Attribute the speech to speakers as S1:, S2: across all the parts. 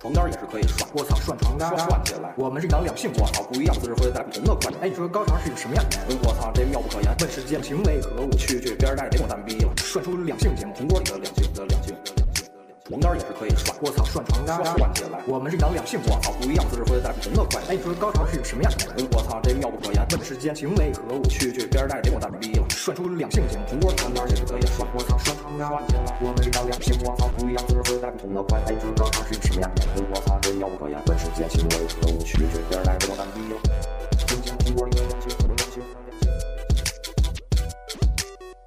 S1: 床单也是可以涮。
S2: 我操，涮床单
S1: 说涮起来
S2: 我们是讲两性
S1: 我操，不一样姿势会带不同的快感。
S2: 哎，你说高潮是一种什么样的？
S1: 我操，这妙不可言。
S2: 问世间情为何物？
S1: 去去，边儿待着别跟我蛋逼了。
S2: 涮出两性节目。
S1: 铜锅里的两性的两性的两性的两性，床单也是可以涮。
S2: 我操，涮床单
S1: 说涮起来
S2: 我们是讲两性
S1: 我操，不一样姿势会带不同的快
S2: 哎，
S1: 感。
S2: 你说高潮是一种什么样的？
S1: 我操，这妙不可言。
S2: 问世间情为何物？
S1: 去去，边儿待着别跟我蛋逼了。
S2: 涮出两性节目。
S1: 铜锅床单也是可以涮。
S2: 我操，涮床单我们是讲两性我操，
S1: 不一样姿势会带不同的快感。哎，这高潮是什么样的？我操，这妙不可言。问世间情为何物？去去，边儿待着别跟我蛋逼了。铜锅里的两性的两性的两性的两性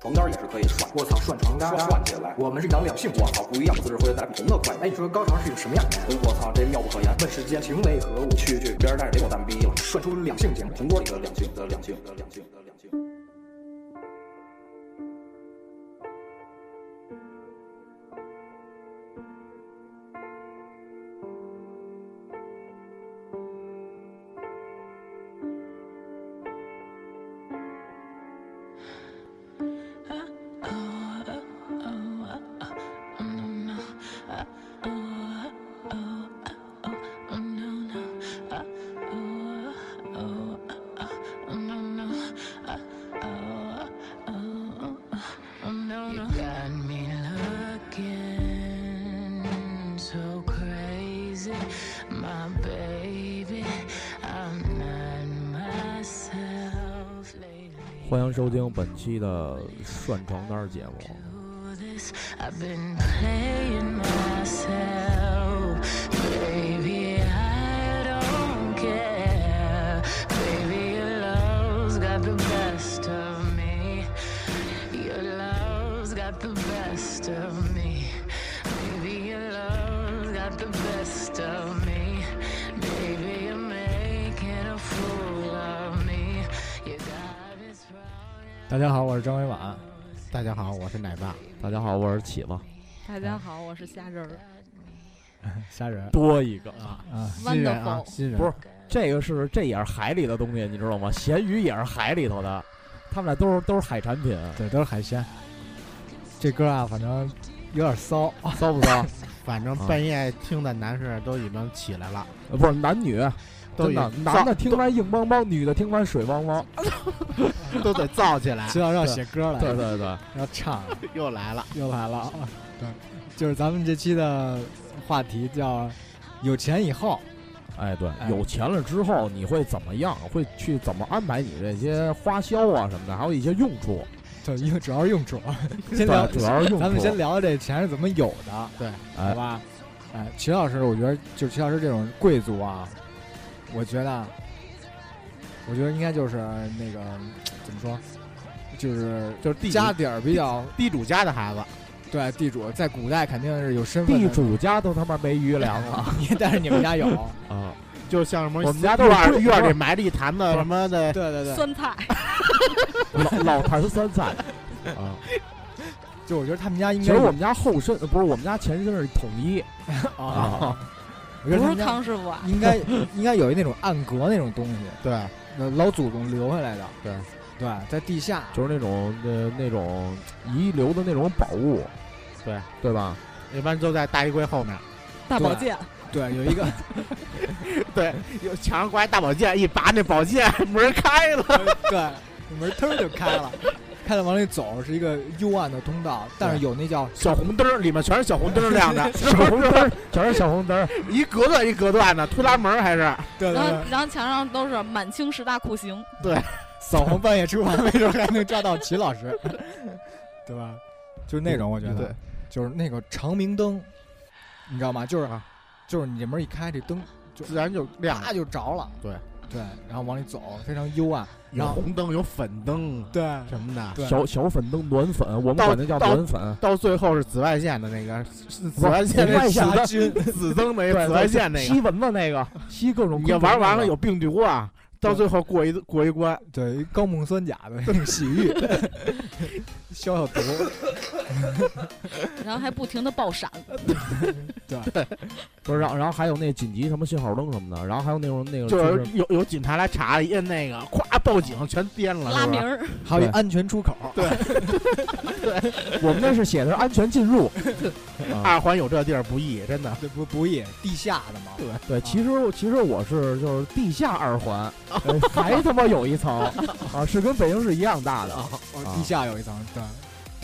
S1: 床单也是可以涮。
S2: 我操，涮床单
S1: 说涮起来
S2: 我们是讲两性
S1: 我操，不一样姿势会带不同的快感。
S2: 哎，你说高潮是一种什么样的？
S1: 哎我操，这妙不可言。
S2: 问世间情为何物？
S1: 去去，边儿待着别给我蛋逼了。
S2: 涮出两性节目。
S1: 铜锅里的两性的两性的两性的两性。
S3: You got me looking so crazy, my baby. I'm not myself lately.
S4: 欢迎收听本期的涮床单儿节目。
S3: Do this, I've been playing myself, baby. I don't care, baby. Your love's got the best of me. Your love's got the best of me, baby. Your love's got the best of me, baby. You're making a fool of me. You got this wrong.
S5: 大家好，我是张伟 婉。
S6: 大家好，我是奶爸。
S4: 大家好，我是起子，
S7: 大家好，我是虾仁儿。
S8: 嗯
S5: 虾仁
S4: 多一个啊！
S5: 啊，新人啊，
S7: Wonderful
S5: 新人
S4: 不是这个是这也是海里的东西，你知道吗？咸鱼也是海里头的，他们俩都是都是海产品，
S5: 对，都是海鲜。这歌啊，反正有点骚，
S4: 骚不骚？
S6: 反正半夜听的男士都已经起 来了，
S4: 呃不是男女，
S6: 都
S4: 真
S6: 已
S4: 的，
S6: 经
S4: 男的听完硬邦邦，女的听完水汪汪。
S6: 都都得燥起 来。
S5: 就要让写歌来，
S4: 对对对，
S5: 要唱，
S6: 又来了，
S5: 又来了啊。 对，就是咱们这期的话题叫“有钱以后
S4: 哎对，
S5: 哎
S4: 有钱了之后你会怎么样？会去怎么安排你这些花销啊什么的，还有一些用处。”，
S5: 对，啊因为主要是用处。先聊
S4: 对，主要是用处。
S5: 咱们先聊这钱是怎么有的，
S6: 对，
S5: 好吧？哎，齐老师，我觉得就是齐老师这种贵族啊，我觉得啊，我觉得应该就是那个怎么说，就是
S6: 就是地
S5: 家底儿比较
S6: 地主家的孩子，
S5: 对，地主在古代肯定是有身份的啊
S4: 地，主家都他妈没余粮 了
S5: 但是你们家有，
S4: 啊！
S6: 就像什么
S4: 我们家都是
S6: 院
S4: 贵
S6: 院里埋了一坛子什么的
S5: 对，对 对，
S7: 酸菜，
S4: 老老坛 酸菜啊！
S5: 就我觉得他们家应
S4: 其
S5: 该
S4: 实
S5: 有
S4: 我们家后身呃不是我们家前身是统一
S5: 啊，
S4: 啊，
S5: 我觉得
S7: 不
S5: 他
S7: 是
S5: 们家
S7: 康师傅啊，
S5: 应该应该有一那种暗格那种东西，
S6: 对，
S5: 呃老祖宗留下来的，
S6: 对
S5: 对，在地下，
S4: 就是那种呃那种遗留的那种宝物，
S6: 对
S4: 对吧？
S6: 一般都在大衣柜后 面，
S7: 大保健，
S5: 对，有 一个
S6: 对，有墙上挂一大宝剑，一拔那宝剑门开了，
S5: 对，门腾就开了，开了往里走是一个幽暗的通道，但是有那叫
S6: 小红灯儿里面全是小红灯儿亮的，
S4: 小红灯 儿全是小红灯儿，
S6: 一隔断一隔断的，推拉门儿还是
S5: 对
S7: 然
S5: 啊对
S7: 后
S5: 对，
S7: 然后墙上都是满清十大酷刑，
S5: 扫 黄半夜吃饭，没准还能抓到齐老师， 对吧？就是那种我觉得，
S6: 嗯对，
S5: 就是那个长明灯，你知道吗？就是
S6: 啊
S5: 就是你这门一开，这灯
S6: 自然就
S4: 啊
S6: 亮了。
S5: 啪就着了，
S6: 对
S5: 对，然后往里走，非常幽暗，
S6: 有
S5: 然后
S6: 红灯，有粉灯，
S5: 对
S6: 什么的。
S5: 对
S4: 小小粉灯、暖粉，我
S6: 啊
S4: 们
S6: 到
S4: 管那叫
S6: 到
S4: 暖粉。
S6: 到最后是紫外线的那个，是紫外线
S4: 紫
S6: 那
S4: 外线
S6: 紫
S4: 的
S5: 军
S6: 紫灯那
S4: 对
S6: 个紫外线那个
S4: 吸蚊子那个，吸各种。
S6: 你玩完了有，病毒啊，到最后过一过一关，
S5: 对高锰酸钾的那个洗浴，消消 毒，
S7: 然后还不停的爆闪，
S4: 不是，然后然后还有那紧急什么信号灯什么的，然后还有那种那个
S6: 就是
S4: 是
S6: 有有警察来查，一摁那个，咵报警全颠了，
S7: 拉
S6: 是不
S7: 名
S6: 是？
S7: 儿，
S5: 还有一
S4: 对
S5: 安全出口，
S4: 我们那是写的是安全进入，啊
S6: 二环有这地儿不易，真的。
S5: 这不不易，地下的嘛。
S6: 啊
S4: 对，其实其实我是就是地下 二环，呃还他妈有一层啊，是跟北京市一样大的。
S5: 哦
S4: 啊，
S5: 地下有一层，对，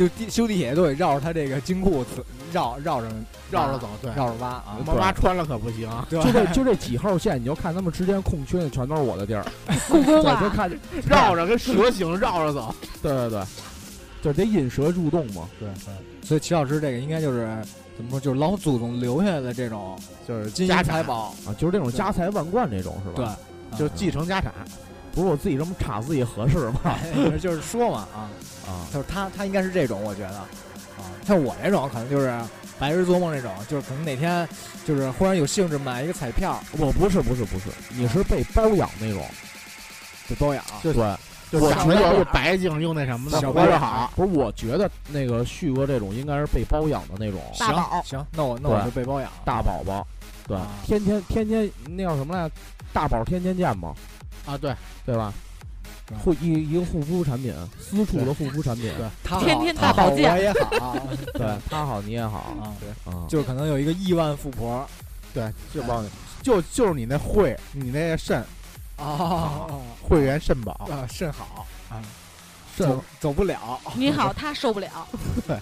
S5: 就地修地铁都得绕着它这个金库子绕绕着
S6: 绕着走对
S5: 绕着挖啊。
S6: 妈妈穿了可不行，
S5: 对
S4: 就这就这几号线，你就看他们之间空缺的全都是我的 地儿，
S7: 故宫
S4: 对，就
S7: 啊，
S4: 看
S6: 绕着跟蛇形绕着走。
S4: 对对对，就是得引蛇入洞嘛。
S5: 对对，所以齐老师这个应该就是怎么说，就是老祖宗留下的这种
S6: 就是
S5: 金
S6: 家
S5: 银财
S6: 产，
S5: 宝，
S4: 啊，就是这种
S5: 对
S4: 家财万贯这种是
S5: 对嗯
S4: 吧？，
S6: 就继承家产。
S4: 不是我自己这么插自己合适 吗？
S5: 哎 就是说嘛啊，
S4: 啊，
S5: 就是他他应该是这种，我觉得啊，像我这种可能就是白日做梦这种，就是可能哪天就是忽然有兴致买一个彩票
S4: 我不是不是不是，你是被包养那种，啊
S5: 就包养，
S4: 对，
S6: 就
S4: 我
S6: 长
S4: 觉
S6: 得
S4: 得
S6: 又白净又那什么的，
S5: 小
S6: 活
S5: 白
S6: 着
S5: 脸
S6: 好。
S4: 不是，我觉得那个旭哥这种应该是被包养的那种
S7: 大宝
S5: 行行，那我那我
S4: 对
S5: 就被包养，
S4: 大宝宝，对
S5: 啊，
S4: 天天天天那叫什么来着，大宝天天见嘛，
S6: 啊，对，
S4: 对吧
S5: 嗯？
S4: 护一一个护肤产品，私处的护肤产品，
S5: 他好
S7: 天天
S5: 他
S7: 大保
S5: 好
S7: 健
S5: 我也 好啊，
S4: 对他好你也好
S5: 啊
S4: 啊，
S5: 就是可能有一个亿万富婆
S6: 对，就帮你，就就是你那会，你那肾
S5: 啊
S6: 会员肾宝，
S5: 啊，肾好啊，
S4: 这
S5: 走走不了，
S7: 你好，他受不了，
S5: 对，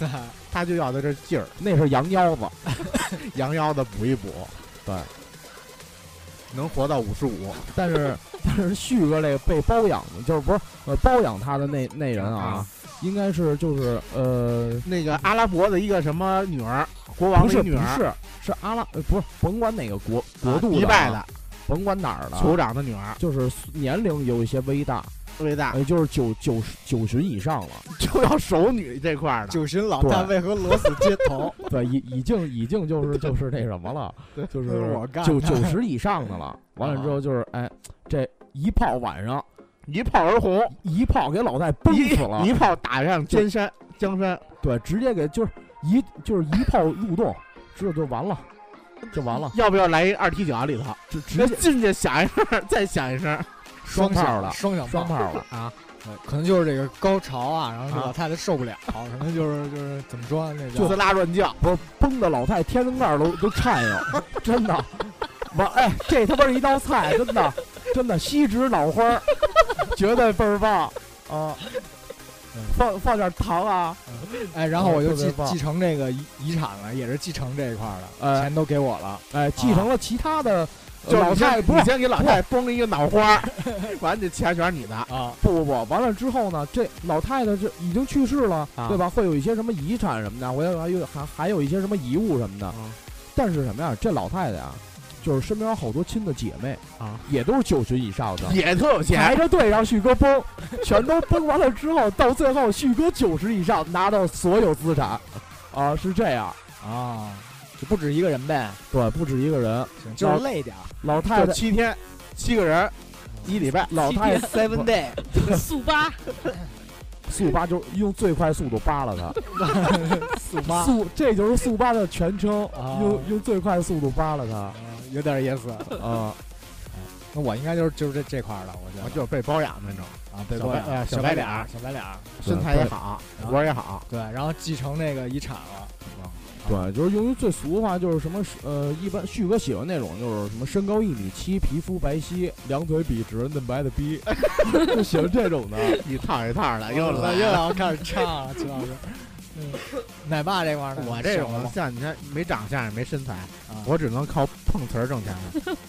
S6: 他就要的这劲儿，
S4: 那是羊腰子，
S6: 羊腰子补一补，
S4: 对，
S6: 能活到五十五
S4: 但是但是旭哥这个被包养的，就是不是呃包养他的那那人啊
S6: 啊，
S4: 应该是就是呃
S6: 那个阿拉伯的一个什么女儿，国王
S4: 不
S6: 的
S4: 是
S6: 一女
S4: 不
S6: 儿，
S4: 是是阿拉呃不是甭管哪个国国度
S6: 迪
S4: 的
S6: 拜
S4: 啊
S6: 的
S4: 甭管哪儿的
S6: 酋
S4: 啊，
S6: 长的女儿，
S4: 就是年龄有一些微大，
S6: 特别大，
S4: 呃就是九九十九旬以上了。
S6: 就要守女这块儿的，
S5: 九旬老旦为何裸死街头？
S4: 对，已已经已经就是就是那什么 了，就是
S5: 都是我干的
S4: 九九十以上的了。完了之后就是哎，这一炮晚上
S6: 啊一炮而红，
S4: 一炮给老戴崩
S6: 一
S4: 死了，
S6: 一炮打上尖山江山，
S4: 对，直接给就是一就是一炮入洞，这就完了，就完了，
S6: 要不要来一二踢脚里头？
S4: 直直
S6: 直
S4: 接
S6: 接进去响一声，再响一声
S4: 双炮了，
S5: 双响
S4: 双炮 了。
S6: 啊！
S5: 可能就是这个高潮啊，然后这
S6: 啊
S5: 老太太受不了，可能就是就是怎么说啊那
S6: 滋
S5: 叫
S6: 啦乱叫，
S4: 不是崩的老太天灵盖儿都都颤悠， 真的。完哎，这他妈是一道菜，真的，真的锡纸脑花儿，绝对倍儿棒啊！放放点糖啊，
S5: 哎，然后我就
S4: 特别
S5: 继
S4: 棒
S5: 继承这个遗遗产了，也是继承这一块儿的，
S4: 哎
S5: 钱都给我了，
S4: 哎，继承了其他的
S6: 啊
S4: 呃
S6: 就是
S4: 老
S6: 你先
S4: 太不
S6: 你
S4: 是
S6: 先给老太太崩了一个脑花儿，完这钱全是你的。
S5: 啊，
S4: 不不不，完了之后呢，这老太太这已经去世了，
S6: 啊
S4: 对吧？会有一些什么遗产什么的，会有还有还还有一些什么遗物什么的。
S6: 嗯
S4: 但是什么呀，这老太太啊，就是身边有好多亲的姐妹
S6: 啊，
S4: 也都是九旬以上的。
S6: 也特有
S4: 排
S6: 钱，
S4: 着队让旭哥崩，全都崩完了之后，到最后旭哥九十以上拿到所有资 产，啊，是这样，
S5: 啊，就不止一个人呗，
S4: 对，不止一个人，
S5: 行，就是累点儿
S4: 老太
S6: 就
S4: 太
S6: 七天，七个人，一礼拜，
S4: 老太 太
S5: ，seven day，
S7: 速八，
S4: 速八就用最快速度扒拉他，
S5: 速八，
S4: 速，这就是速八的全称，
S5: 啊
S4: 用用最快速度扒拉他
S5: 啊有点意思，
S4: 啊！
S5: 那我应该就是就是这这块儿了，我觉
S6: 我
S5: 得
S6: 就是被包养那种，
S5: 啊，被
S6: 小
S5: 包
S6: 白
S5: 养
S6: 呃小
S5: 小
S6: 白
S5: 白脸
S6: 脸
S5: 儿
S6: 儿，
S5: 小白脸儿，
S6: 身材也
S4: 对
S6: 好，
S5: 对
S6: 活儿也好，
S5: 对，然后继承这个遗产了，
S4: 对，就是用于最俗的话，就是什么呃，一般旭哥喜欢那种，就是什么身高一米七，皮肤白皙，两腿笔直，嫩白的逼， 就喜欢这种的。
S6: 一套一套啊的，又
S5: 啊又
S6: 来
S5: 又。要开始唱了，齐老师。嗯，奶爸这块儿呢？
S6: 我这
S5: 想
S6: 种
S5: 了
S6: 像你看，没长相也没身材，
S5: 啊
S6: 我只能靠碰瓷儿挣钱，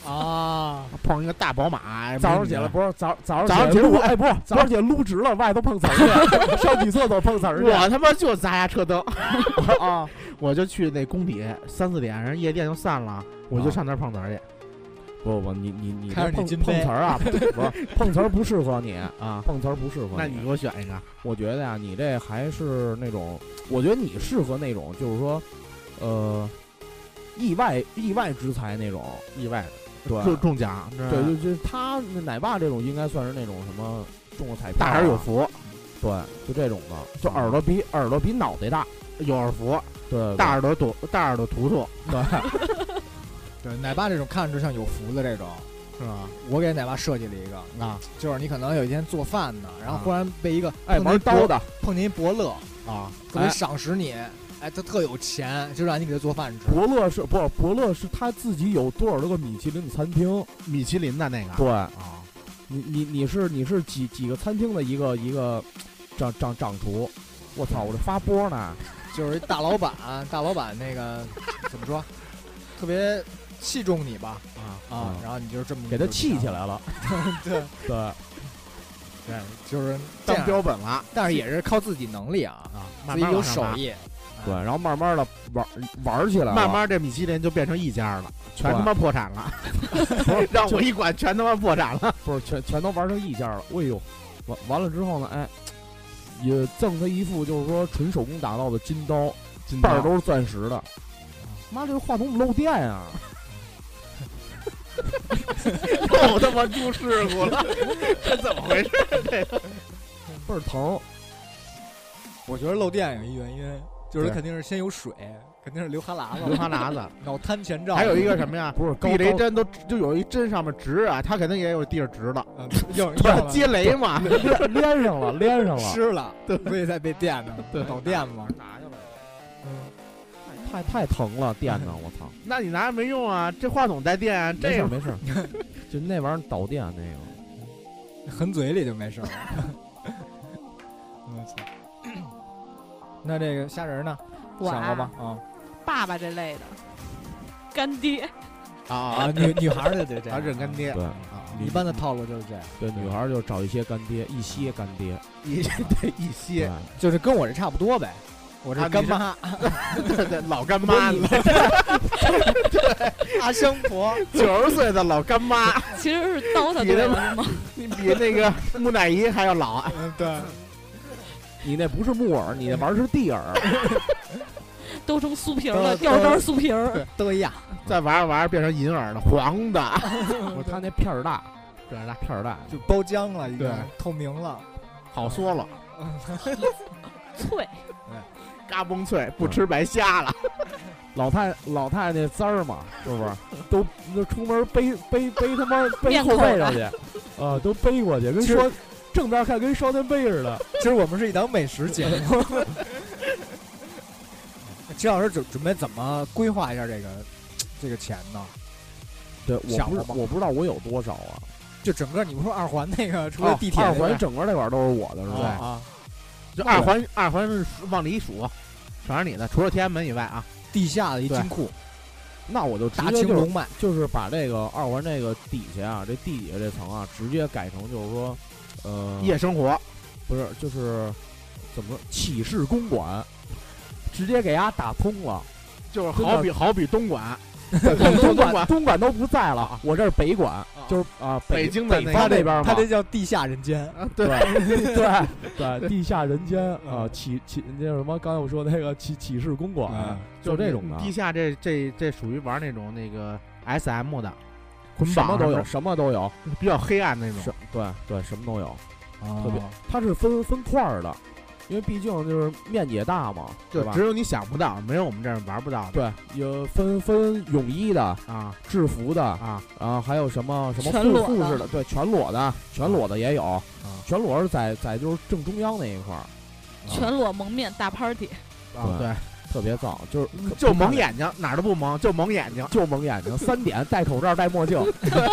S5: 啊，
S6: 碰一个大宝马。
S4: 早上起来不是早早
S6: 早上
S4: 上
S6: 起来
S4: 撸
S6: 我
S4: 哎不是早上起来撸直了，外头碰瓷儿去， 上女厕所碰瓷儿去
S6: 我他妈就砸下 车灯，
S4: 啊！
S6: 我就去那工体三四点，人夜店就散了，我就上那儿碰瓷儿去
S4: 不不，你你你
S5: 看着你
S4: 碰
S5: 金
S4: 碰
S5: 杯
S4: 瓷儿 啊，不是碰瓷儿不适合你，
S6: 啊。
S4: 碰瓷儿不适合
S6: 那你给我选一个，
S4: 我觉得呀、你这还是那种，我觉得你适合那种，就是说，呃，意外意外之财那种，
S6: 意外
S4: 对
S6: 的，就嗯中奖，对
S4: 对，就就他那奶爸这种应该算是那种什么中了彩票啊、
S6: 大耳有福，嗯
S4: 对，就这种的，就耳朵比耳朵比脑袋大，
S6: 有耳福，
S4: 对对
S6: 大耳朵朵，大耳朵图图
S5: 对，奶爸这种看着就像有福的这种，
S6: 是吧？
S5: 我给奶爸设计了一个，
S6: 啊
S5: 就是你可能有一天做饭呢，然后
S6: 啊
S5: 忽然被一个
S4: 哎
S5: 碰见
S4: 玩
S5: 一伯
S4: 刀的，
S5: 碰见一伯乐，
S6: 啊，
S5: 特别赏识你，哎哎，他特有钱，就让你给他做饭吃。
S4: 伯乐是不？伯乐是他自己有多少多个米其林的餐厅？
S6: 米其林的那个
S4: 对，
S6: 啊，
S4: 你你你是你是几几个餐厅的一个一个掌掌掌厨？我
S6: 嗯
S4: 操，我这发波呢！
S5: 就是一大老板，大老板那个怎么说，特别器重你吧，啊啊
S4: 嗯，
S5: 然后你就这么
S4: 给他
S5: 就
S4: 气起
S5: 想，
S4: 来了。
S5: 对
S4: 对，
S5: 对，就是这
S6: 当
S5: 样，
S6: 标本了
S5: 但是也是靠自己能力啊，
S6: 啊，
S5: 自
S6: 慢
S5: 己
S6: 慢
S5: 有
S6: 往上
S5: 手
S6: 爬，
S5: 艺，
S4: 对，然后慢慢的玩玩起来了，
S6: 慢慢这米其林就变成一家了，全他妈破产 了，让我一管全他妈破产了，
S4: 不是全全都玩成一家了。哎呦，完完了之后呢，哎，也赠他一副就是说纯手工打造的金刀，嗯把儿都是钻石的。妈，这个话筒怎么漏电啊？
S6: 又他妈出事故了， 这怎么回事？
S4: 倍儿疼。
S5: 我觉得漏电有一原因，就是
S4: 对
S5: 肯定是先有水，肯定是流哈喇
S6: 流
S5: 子，
S6: 哈喇子，
S5: 脑瘫前兆，
S6: 还有一个什么呀？
S4: 不是高
S6: 避雷
S4: 高
S6: 针都就有一针上面直啊，它肯定也有地儿直的，
S5: 嗯，要
S6: 不
S5: 要
S6: 然
S5: 了
S6: 接雷嘛。
S4: 连连上了，连上了，
S5: 湿了，所以才被电的，
S6: 对
S5: 导电嘛，
S6: 拿去吧。
S5: 嗯，
S4: 太太疼了，电 呢，我操！
S6: 那你拿着没用啊，这话筒带电啊，
S4: 没
S6: 这
S4: 事
S6: 个
S4: 儿没事儿，就那玩意儿导电那个。
S5: 含嘴里就没事儿 了。我操！那这个虾仁儿呢？
S8: 我
S5: 想过
S8: 啊
S5: 吗？啊
S8: 爸爸这类的，干爹，
S6: 啊
S5: 啊，女女孩儿就得这
S6: 啊
S5: 样，
S6: 认干爹
S4: 对
S6: 啊，
S5: 一般的套路就是这样，
S4: 对，女孩儿就找一些干爹，一些
S6: 啊
S4: 干爹，
S6: 一对一些
S4: 对，
S5: 就是跟我这差不多呗。我
S6: 啊
S5: 这
S6: 你
S5: 干
S6: 是
S5: 妈
S6: 对对老干妈，
S5: 阿香婆，
S6: 九十岁的老干妈，
S8: 其实是刀他
S6: 你他
S8: 对了
S6: 妈
S8: 是吗？
S6: 你 比那个木乃伊还要老。啊
S5: 嗯， 对，
S4: 你那不是木耳，你那玩意儿是地耳。
S8: 都成酥皮儿
S5: 都
S8: 了，
S5: 都
S8: 吊刀酥皮儿。
S5: 都一样。
S6: 再玩着玩着变成银耳了，黄的，
S4: 不是他那片儿大，片儿大，片儿大，
S5: 就包浆了，已经
S6: 对
S5: 透明了。
S6: 好嗦了，
S8: 脆，
S6: 嘎嘣脆，不吃白瞎 了。
S4: 嗯老太老太太那簪儿嘛，是不是？都都出门背背背他妈背后背上去，啊，都背过去，跟
S5: 其实
S4: 说正面看跟烧天杯似的。
S5: 其实我们是一档美食节目。 齐老师准准备怎么规划一下这个这个钱呢？
S4: 对，我
S5: 想
S4: 不
S5: 过
S4: 是
S5: 吗
S4: 我不知道我有多少啊。
S5: 就整个你不说二环那个，除了地铁
S4: 哦二
S5: 之外
S4: 环整个那块儿哦都是我的，是
S5: 啊
S4: 吧？
S5: 啊，
S6: 就二环，二环是往里一
S4: 啊
S6: 数，全是你的，除了天安门以外啊。
S5: 地下的一
S6: 对
S5: 金库，
S4: 那我就直
S5: 大
S4: 接就
S5: 青
S4: 是
S5: 龙脉，
S4: 就是把这个二环这个底下啊，这地底下这层啊，直接改成就是说，呃，
S6: 夜生活，
S4: 不是就是怎么说启事公馆，直接给伢打通了。
S6: 就是好比好比东 莞，
S4: 东
S6: 东
S4: 莞
S6: 莞
S4: 东莞都不在了，我这是北馆，就是啊
S6: 北京的
S4: 北
S6: 那
S4: 方
S6: 他
S4: 这边嘛
S5: 他，这叫地下人间。
S6: 啊，对，
S4: 对对对，地下人间啊，
S5: 嗯
S4: 启启那叫什么？刚才我说那个启启示公馆啊
S5: 嗯，
S4: 就这种的，
S6: 地下这这这属于玩那种那个 S M 的，捆
S4: 什
S6: 绑
S4: 么都有，
S6: 什
S4: 什么都有，
S6: 么，比较黑暗那种
S4: 什。对对什么都有。
S5: 特
S4: 啊特别它是分分块儿的，因为毕竟就是面积也大嘛，对
S6: 就
S4: 吧
S6: 只？有你想不到，没有我们这儿玩不到的
S4: 对，有分分泳衣的、
S6: 啊
S4: 制服的，
S6: 啊！
S4: 然后还有什么什么
S8: 全
S4: 护
S8: 裸
S4: 护
S8: 的
S4: 士的，对，全裸的，全裸的也
S6: 啊
S4: 有，全裸是在在就是正中央那一块儿，
S8: 全裸蒙面大 party，
S6: 啊，
S4: 对
S6: 对，
S4: 特别燥，就是
S6: 就
S4: 不看
S6: 蒙眼睛，哪儿都不蒙，就蒙眼睛。
S4: 就蒙眼睛，三点戴口罩戴 墨镜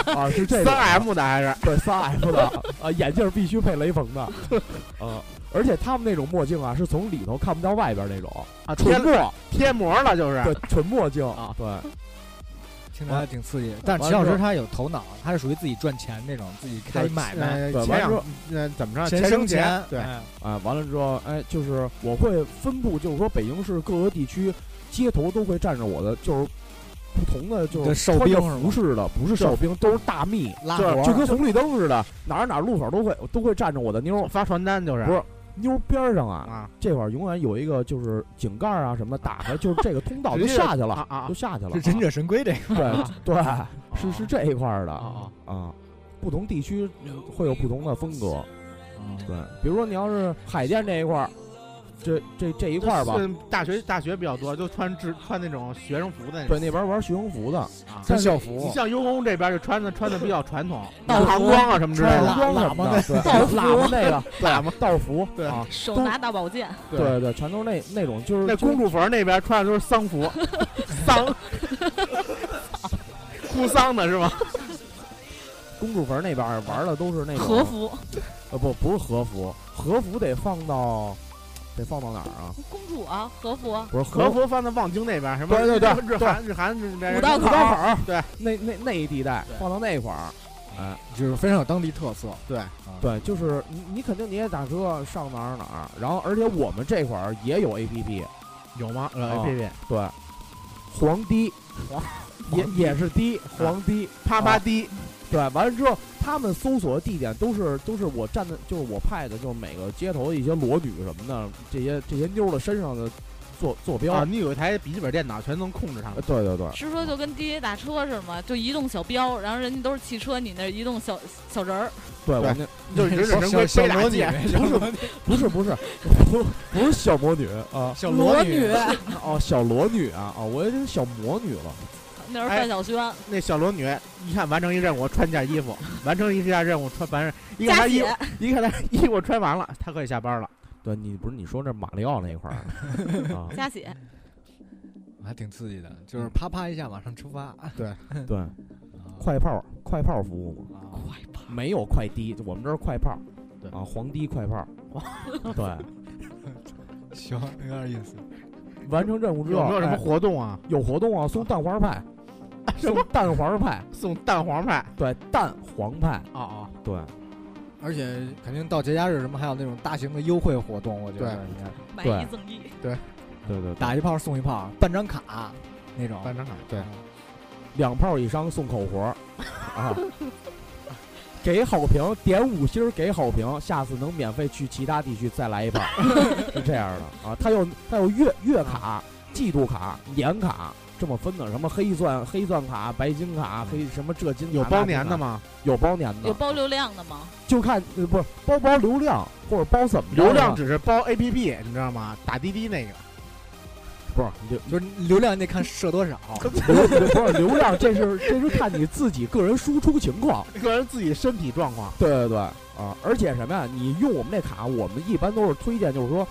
S4: 啊，是这种
S6: 三 M 的还是
S4: 对三 F 的啊，眼镜必须配雷锋的，啊，而且他们那种墨镜啊是从里头看不到外边那种，
S6: 啊，贴
S4: 纯墨
S6: 贴膜了就是。
S4: 对纯墨镜
S6: 啊，
S4: 对。
S5: 听着还挺刺激。但是
S4: 完
S5: 齐老
S4: 之后
S5: 师他有头脑，他是属于自己赚钱那种，自己开买卖，
S6: 呃
S4: 对
S6: 前
S4: 完之
S6: 两
S4: 后
S6: 呃怎么着？
S5: 钱
S6: 前
S5: 生
S6: 钱
S5: 钱，
S6: 对，
S5: 哎
S4: 啊，完了之后，哎，就是我会分布，就是说北京市各个地区街头都会站着我的，就是不同的就
S5: 你的
S4: 是
S5: 哨
S4: 穿着
S5: 兵是吗
S4: 服饰的，不是哨兵，都是大蜜，
S5: 拉
S4: 就
S5: 活
S4: 就
S5: 儿
S4: 跟红绿灯似的，哪儿哪儿路口都会都会站着我的妞儿，
S6: 发传单就是
S4: 不是妞儿边儿上啊，
S6: 啊，
S4: 这块儿永远有一个就是井盖儿啊什么的打开，就是这个通道就
S6: 直接
S4: 下去了
S6: 啊，啊
S4: 就下去了，
S5: 是忍者神龟这个。
S4: 对对，是是这一块儿的
S6: 啊
S4: 啊，不同地区会有不同的风格，对，比如说你要是海淀这一块儿，这这这一块儿吧，
S6: 是大学大学比较多，就穿制穿那种学生服的那
S4: 对，
S6: 种。
S4: 那边玩学生服的，
S6: 啊
S5: 穿
S4: 但是
S5: 校
S6: 你
S5: 服，
S6: 像优工这边就穿的穿的比较传统，
S4: 道
S6: 唐装啊什么之类
S4: 穿
S6: 的，
S4: 洋装什么的，对，
S8: 道服
S4: 喇嘛那个
S6: 喇嘛
S4: 道服，
S6: 对
S4: 啊，
S8: 手拿大宝剑，
S4: 对对，全都是那那种就是
S6: 那公主坟那边穿的都是丧服， 丧，哭丧的是吗？
S4: 公主坟那边玩的都是那种
S8: 和，服。
S4: 呃，不不是和服，和服得放到得放到哪儿啊？
S8: 公主啊，和服啊，
S4: 不是
S6: 和服放在望京那边，什么
S4: 对对对
S6: 日韩日韩那边
S4: 五道口，儿
S6: 对，
S4: 那那那一地带
S6: 对
S4: 放到那块儿，
S5: 就是非常有当地特色。啊
S6: 对
S4: 对，就是你你肯定你也打车上哪儿哪儿，然后而且我们这块儿也有 A P P，
S6: 有吗？
S4: 啊
S6: 呃，别别，
S4: 对，黄的，也也是的，黄的，
S6: 啪啪滴，
S4: 对，完了之后，他们搜索的地点都是都是我站的，就是我派的，就是每个街头的一些裸女什么的，这些这些妞儿的身上的坐坐标。
S6: 啊，你有一台笔记本电脑，全能控制上
S4: 呃。对对对，
S8: 是说就跟滴滴打车似的嘛，就移动小标，然后人家都是汽车，你那儿移动小小人儿，
S4: 对我
S6: 对就
S4: 那
S6: 是人忍人归
S5: 小
S6: 背
S5: 小
S6: 大
S5: 裸女
S6: 姐，
S5: 小裸女，
S4: 不是不是不不是小魔女 啊，
S5: 小裸
S4: 女哦，小裸女啊哦，我以为是小魔女了。
S8: 那是
S6: 哎
S8: 范晓萱，
S6: 那小裸女一看完成一任务，穿件衣服；完成一件任务，穿完一看她
S8: 加
S6: 衣服
S8: 血，
S6: 一看她衣服穿完了，她可以下班了。
S4: 对你不是你说那马里奥那一 块儿啊？
S8: 加血，
S5: 还挺刺激的，就是
S6: 嗯
S5: 啪啪一下 马上出发。
S4: 对，
S6: 啊
S4: 快炮快炮服务嘛，
S5: 快
S4: 没有快的，我们这儿快炮
S6: 对
S4: 啊，黄的快炮，对。
S5: 行，有点意思。
S4: 完成任务之后
S6: 有没有什么
S4: 哎
S6: 活动啊？
S4: 有活动啊，送蛋黄派，
S6: 什
S4: 送
S6: 么
S4: 蛋黄派，
S6: 送蛋黄派？
S4: 对，蛋黄派，
S6: 哦哦，
S4: 对，
S5: 而且肯定到节假日什么，还有那种大型的优惠活动，我觉得
S6: 对
S5: 应该
S8: 买
S4: 对
S8: 一赠一，
S4: 对对
S5: 打一炮送一炮，办张卡那种。
S6: 办张卡对，
S4: 两炮以上送口活儿，啊，给好评，点五星儿给好评，下次能免费去其他地区再来一炮，是这样的啊，它有它有月月卡、季度卡、年卡。这么分的，什么黑钻、黑钻卡、白金卡、黑什么这金卡
S6: 嗯有包年的？
S4: 那金卡
S6: 吗？
S4: 有包年的，
S8: 有包流量的吗？
S4: 就看呃不是包包流量或者包怎么着啊
S6: 流量
S4: 呢
S6: 只是包 APP，你知道吗？打滴滴那个。
S4: 不是你就
S5: 就是流量你得看射多少。
S4: 流 不是流量，这是这是看你自己个人输出情况。
S6: 个人自己身体状况。
S4: 对对对啊！而且什么呀？你用我们那卡，我们一般都是推荐，就是说，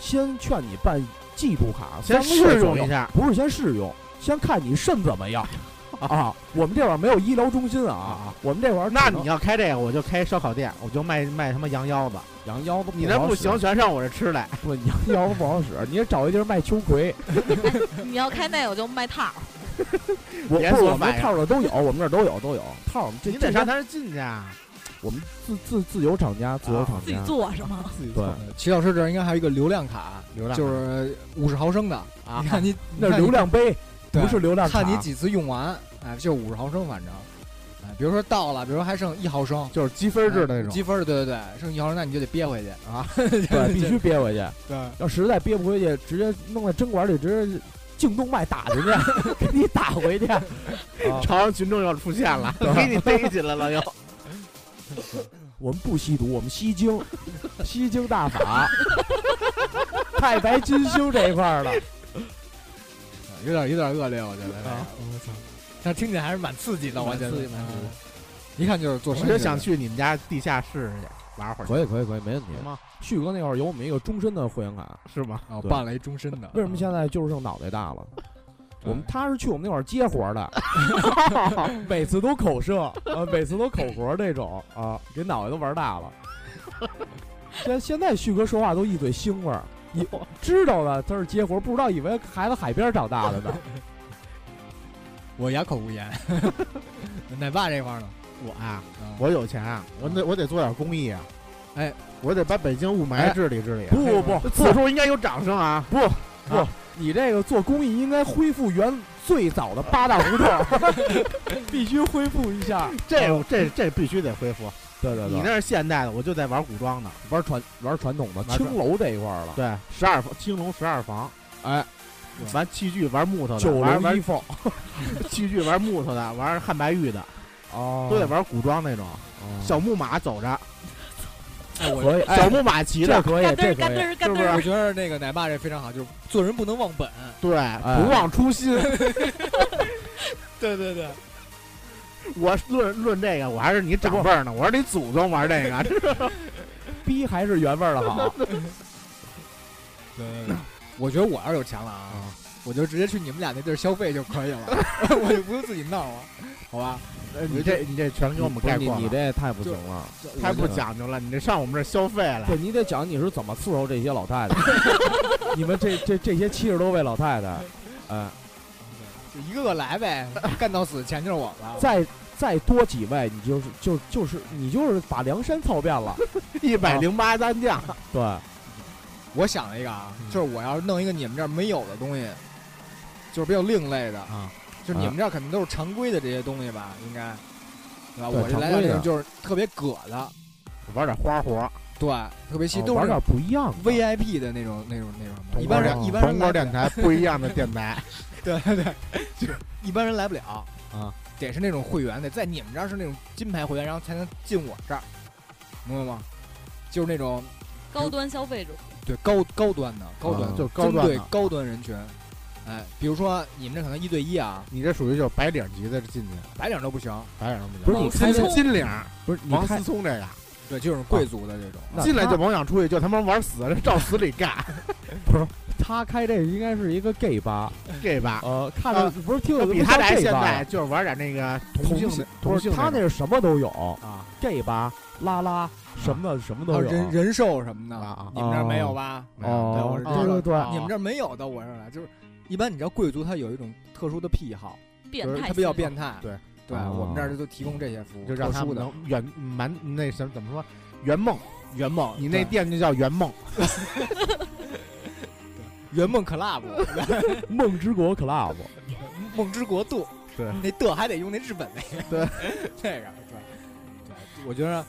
S4: 先劝你办季度 卡，
S6: 先
S4: 三个月
S6: 试用
S4: 左右
S6: 一下，
S4: 不是先试用，先看你肾怎 么样啊！我们这会儿没有医疗中心啊
S6: 啊，
S4: 我们这会儿
S6: 那
S4: 只能
S6: 你要开这个，我就开烧烤店，我就卖卖他妈羊腰子。
S4: 羊腰子
S6: 你那
S4: 好
S6: 不
S4: 使
S6: 行，，全上我这吃来。
S4: 不羊腰子不好使，你得找一地儿卖秋 葵。
S8: 你要开那我就卖套儿，
S4: 我
S6: 别
S4: 不是
S6: 做
S4: 我们
S6: 反应
S4: 套的都有，我们这儿都有都有套儿。我们这
S6: 啊你得
S4: 这
S6: 上
S4: 家
S6: 他那进去啊。
S4: 我们自自自由厂家，自由
S6: 啊
S4: 厂
S8: 自己
S4: 家。
S8: 做是吗？
S4: 对，
S5: 呃齐老师这儿应该还有一个流量卡，
S6: 流量
S5: 就是五十毫升的
S6: 啊
S5: 你看你
S4: 那是流，量杯，
S5: 你看你
S4: 不是流量
S5: 对
S4: 卡。
S5: 看你几次用完，哎，就五十毫升，反正，哎，比如说到了，比如说还剩一毫升，
S6: 就是积分
S5: 积分儿，对对对，剩一毫升，那你就得憋回去啊，
S4: 对，必须憋回去。
S5: 对，
S4: 要实在憋不回去，直接弄在针管里，直接颈动脉打进去， 给你打回去。
S6: 朝阳群众要出现了，给你逮起来了又。
S4: 我们不吸毒，我们吸精，吸精大法， 太白金星这一块儿的。
S5: 有点有点恶劣，我觉得
S6: 啊，
S5: 我操，但听起来还是蛮刺激的，我
S6: 蛮
S5: 觉得
S6: 刺激蛮刺激
S5: 啊一看就是做
S6: 我
S5: 生意
S6: 就
S5: 的，
S6: 想去你们家地下室去玩会儿，
S4: 可以，可以，可以，没问题
S6: 行吗？
S4: 旭哥那会儿有我们一个终身的会员卡，
S6: 是吗？
S5: 啊，
S4: 对
S5: 办了一终身的， 哦
S4: 为什么现在就是剩脑袋大
S6: 嗯
S4: 了？
S5: 对
S4: 我们他是去我们那会儿接活儿的，每次都口射，啊，每次都口活儿那种啊，给脑袋都玩大了。现现在旭哥说话都一嘴腥味儿，你知道了他是接活儿，不知道以为孩子海边长大的呢。
S5: 我哑口无言， 奶爸这块儿呢，
S6: 我啊，
S5: 啊
S6: 我有钱啊，我得我得做点公益啊。
S5: 哎，
S6: 我得把北京雾霾
S5: 哎
S6: 治理治理啊。
S4: 不不 不，
S6: 此处应该有掌声啊！
S4: 不不，你这个做公益应该恢复原最早的八大胡同， 必须恢复一下。嗯
S6: 这这这必须得恢复。
S4: 对对
S6: 你
S4: 对，
S6: 那是现代的，我就在玩古装的。
S4: 玩传玩传统的
S6: 玩传
S4: 青楼这一块儿了，
S6: 对，十二房青龙十二房，
S4: 哎，
S6: 玩器具，玩木头的，
S4: 九
S6: 玩
S4: 龙
S6: 玩
S4: 一凤
S6: 器具，玩木头的，玩汉白玉的，
S4: 哦
S6: 都得玩古装那种。
S4: 哦
S6: 小木马走着，
S5: 哎，我
S9: 可以，哎
S6: 小木马骑
S9: 这
S6: 的，
S9: 可以，
S8: 嘎
S9: 这可
S8: 噔嘎
S9: 以，
S8: 噔嘎
S5: 就是啊我
S8: 噔，
S5: 觉得那个奶爸这非常好，就是做人不能忘本。
S6: 对，不忘初 心。
S5: 对对对，
S6: 我论论这个，我还是你长辈儿呢，我是你祖宗玩这个，这
S9: 逼还是原味儿的好。
S5: 对对对， 我觉得我要是有钱了啊，我就直接去你们俩那地儿消费就可以了， 我就不用自己闹了，好吧？
S6: 你这你这全给我们概
S4: 哎你
S6: 括
S4: 你
S6: 了，
S4: 这太不行了，
S6: 太不
S4: 讲。
S6: 讲究了，你这上我们这儿消费来
S4: 不，，你得讲你是怎么伺候这些老太太， 你们这这这些七十多位老太太，呃，
S5: 就一个个来呗，干到死钱就是我了。
S4: 再再多几位，你就是就就是你就是把梁山操遍了，
S6: 一百零八单价，
S4: 对，
S5: 我想了一个啊，
S4: 嗯
S5: 就是我要是弄一个你们这儿没有的东西，就是比较另类的啊，就是你们这儿肯定都是常规的这些东西吧，应该，对吧？
S4: 对
S5: 我这
S4: 常
S5: 来点
S4: 规
S5: 那
S4: 的
S5: 种就是特别葛的，
S6: 玩点花活，
S5: 对，特别稀，
S4: 哦
S5: 都
S4: 玩
S5: 是那
S4: 点
S5: 种
S4: 不一样的。
S5: VIP 的那种那种那种什么，
S4: 同
S5: 一般人
S4: 光
S5: 一般
S6: 中国
S5: 人来不了
S6: 电台不一样的电台，
S5: 对对对，就是一般人来不了啊，得是那种会员，得在你们这儿是那种金牌会员，然后才能进我这儿，明白吗？就是那种
S8: 高端消费者，
S5: 对高高端的高端，
S4: 啊
S6: 就是高端
S5: 对
S6: 的，
S5: 高端人群。哎，比如说你们这可能一对一啊，
S6: 你这属于就是白领级的进去，
S5: 白领都不行，
S6: 白领都不行。
S4: 不是你开
S6: 金
S4: 那
S6: 金领，
S4: 不是你
S6: 王
S4: 开
S6: 思聪这个。
S5: 对，就是贵族的这种。
S4: 那
S6: 进来
S4: 他
S6: 就甭想出去，就他妈玩死了，照死里干，
S4: 他开这个应该是一个 gay 吧？
S6: 这吧。
S4: 呃，看着
S6: 啊
S4: 不是听着
S6: 比他这
S4: 这
S6: 还现代，
S4: 代
S6: 就是玩点那个
S4: 同
S6: 性
S4: 性
S6: 的
S4: 不
S6: 同
S4: 是
S6: 性
S4: 他那
S6: 那
S4: 是什么都有
S6: 啊，
S4: ，gay 吧、拉拉什么的什么
S5: 还
S4: 都
S5: 有
S4: 有。
S5: 人人寿什么的，
S6: 啊
S5: 你们这儿没有吧？
S6: 没有对
S4: 哦
S5: 我，是
S4: 对
S5: 知
S4: 对
S5: 道
S4: 对，
S5: 你们这儿没有到我这儿来，就是一般你知道贵族他有一种特殊的癖好，
S8: 变
S5: 就是
S8: 态，
S5: 他比较变，态。
S6: 对
S5: 对，
S4: 哦
S5: 我们这儿就提供这些服务，
S6: 就让
S5: 特
S6: 他
S5: 殊
S6: 们
S5: 的。
S6: 能圆满那什么怎么说圆梦，
S5: 圆梦，
S6: 你那
S5: 对
S6: 店就叫圆 梦，
S5: 圆梦 club，
S4: 啊梦之国 club，
S5: 梦之国度，
S6: 对
S5: 那的还得用那日本那个，对， 这个对，对，我觉得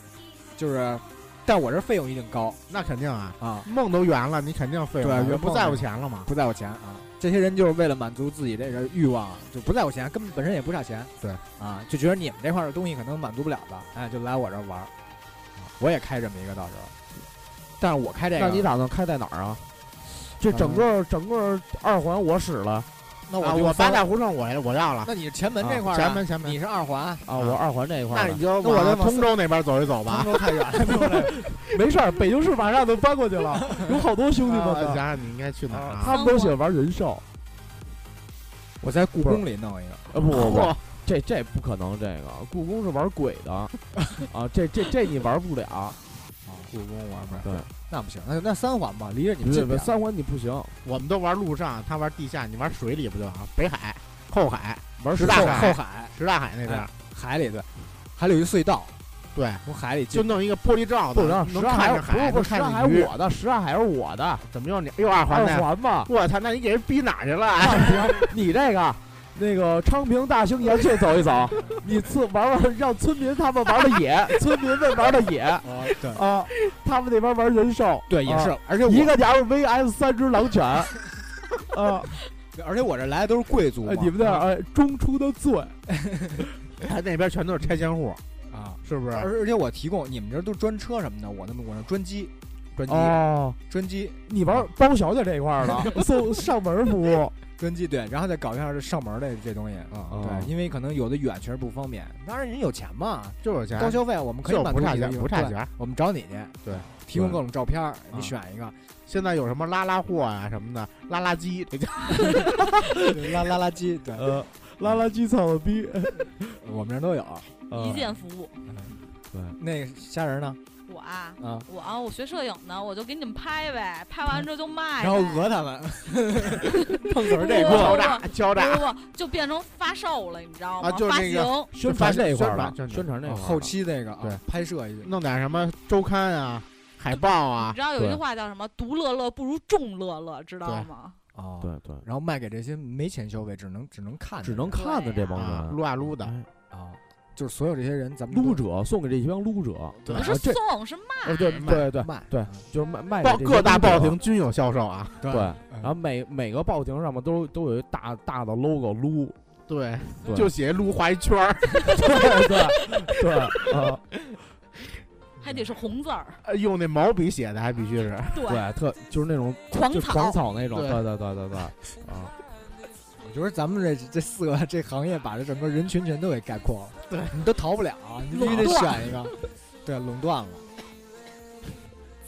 S5: 就是，但我这费用一定高
S6: 那肯定啊，
S5: 啊，
S6: 梦都圆了，你肯定废
S5: 对
S4: 啊
S6: 话，
S5: 圆
S6: 就不
S5: 梦
S6: 在
S5: 了
S6: 乎钱了嘛。
S5: 不在乎钱啊。这些人就是为了满足自己这个欲望，啊就不在乎钱，根本本身也不差钱，
S6: 对
S5: 啊，就觉得你们这块儿的东西可能满足不了的，哎，就来我这儿玩儿，啊我也开这么一个到时候，但是我开这个，
S4: 那你打算开在哪儿啊？这整个整个二环我使了
S5: 那
S6: 啊，
S5: 我就
S6: 我八
S5: 发
S6: 大胡同我我要了，
S5: 那你前门这块儿啊，
S6: 前门前门
S5: 你是二环，
S4: 啊，我二环这一块
S6: 那
S4: 儿
S6: 你
S4: 的，
S6: 就
S5: 那我再
S6: 往
S5: 往
S6: 通州那边走一走吧
S5: 通。州太远了，通州太远 了
S4: 没事儿，北京市马上就搬过去了，有好多兄弟
S6: 啊
S4: 们
S6: 想
S4: 呢，
S6: 想你应该去哪儿
S4: 啊
S6: 啊？
S4: 他们都喜欢玩人寿。
S5: 我在故宫里弄一个，
S4: 啊不不 不
S6: 嚯，
S4: 这这不可能，这个故宫是玩鬼的啊，这这这你玩不 了，
S5: 啊故宫玩不了
S4: 对，
S5: 那不行，那那三环吧，离着你们
S4: 你
S5: 近
S4: 这
S5: 点儿。
S4: 三环你不行，
S6: 我们都玩路上，他玩地下，你玩水里不就完了？北海、后海、
S4: 玩
S6: 十
S4: 石
S6: 大
S4: 头
S5: 后
S6: 海
S5: 后海
S6: 什大海那边
S5: 哎，海里对，海里有一隧道，
S6: 对，
S5: 从海里
S6: 就
S5: 进。
S6: 弄一个玻璃罩子，
S4: 不行，
S6: 能
S4: 石
S6: 看
S4: 海
S6: 着
S4: 不
S6: 海，
S4: 是不
S6: 能
S4: 是石
S6: 看
S4: 海
S6: 着鱼。
S4: 我的，石海是我的，
S6: 怎么又你又二
S4: 二
S6: 环呢？，
S4: 环嘛
S6: 我操，那你给人逼哪儿去了？
S4: 昌平你这个。那个昌平大兴盐穴走一走，你自玩玩，让村民他们玩的 野，村民们玩的野
S5: 哦，对
S4: 啊，他们那边玩人兽，
S5: 对，也是
S4: 啊，
S5: 而且我
S4: 一个家伙 VS 三只狼犬，啊，
S5: 而且我这来的都是贵族嘛啊
S4: 哎，你们那儿哎中出的罪，
S6: 他那边全都是拆迁户，
S5: 啊，
S6: 是不是？
S5: 而而且我提供你们这都是专车什么的，我那我那专机，专机，
S4: 哦，
S5: 专机，
S4: 你玩包小姐这一块 儿了，送上门服务，
S5: 专机，对，然后再搞一下这上门的这东西啊，
S4: 哦
S5: 对，因为可能有的远确实不方便，当然人有钱嘛，
S6: 就是有钱，
S5: 高消费我们可以
S6: 就
S5: 满
S6: 不
S5: 足
S6: 差
S5: 你的
S6: 钱，
S5: 欲望
S6: 不差
S5: 对
S6: 钱。
S5: 我们找你去，
S6: 对，
S5: 提供各种照片儿，
S6: 啊
S5: 你选一个，
S6: 现在有什么拉拉货啊什么的，拉拉机，这叫
S5: 对拉拉拉机，对，
S4: 呃，拉拉鸡操的逼，
S5: 我们这儿都有。
S8: 一键服务。
S5: 那个虾仁呢？
S8: 我啊，
S5: 啊，
S8: 我啊，我学摄影呢，我就给你们拍呗，拍完之后就卖呗。
S5: 然后讹他们，
S6: 碰瓷儿这
S8: 不不
S6: 敲
S8: 不
S6: 诈敲
S8: 不
S6: 诈，
S8: 不不，就变成发售了，你知道吗？
S6: 啊就是
S8: 发
S6: 那
S8: 行
S6: 个
S4: 宣传这一块儿
S6: 宣
S4: 了，
S6: 传
S4: 宣传这一块儿了
S5: 后期那个啊
S6: 对
S5: 拍摄一下，
S6: 弄点什么周刊啊、海报
S8: 你
S6: 啊，
S8: 知道有一句
S4: 对
S8: 话叫什么“独乐乐不如众乐乐”，知道
S6: 对
S8: 吗？
S5: 啊，
S4: 哦对对，
S5: 然后卖给这些没钱消费，只能只能看的人，
S4: 只能看的这帮
S6: 啊，
S4: 人
S6: 撸啊撸的，
S4: 哎
S5: 啊，就是所有这些人，咱们都
S4: 撸者送给这帮撸者，
S6: 对
S8: 不
S4: 啊
S8: 是
S4: 这
S8: 送，是卖。
S4: 呃对
S6: 卖
S4: 对对，
S5: 卖，
S4: 对
S5: 啊
S4: 就是卖卖给
S6: 报
S4: 这
S6: 各
S4: 些
S6: 大
S4: 撸者
S6: 报亭均有销售啊。
S5: 对
S4: 对
S5: 然
S4: 然后每每个报亭上面都都有一大大的 logo 撸，
S6: 对，
S4: 对
S6: 就写撸画一圈儿，
S4: 对对对啊，
S8: 还得是红字儿，
S6: 呃用那毛笔写的，还必须是
S8: 对，
S4: 对，特就是那种
S8: 狂
S4: 就
S8: 草
S4: 狂，草那种，
S6: 对
S4: 对对对对对，啊，
S5: 我觉得咱们这这四个这行业把这整个人群全都给概括了，对你都逃不了，啊你必须得
S8: 垄断
S5: 选一个，对，垄断了。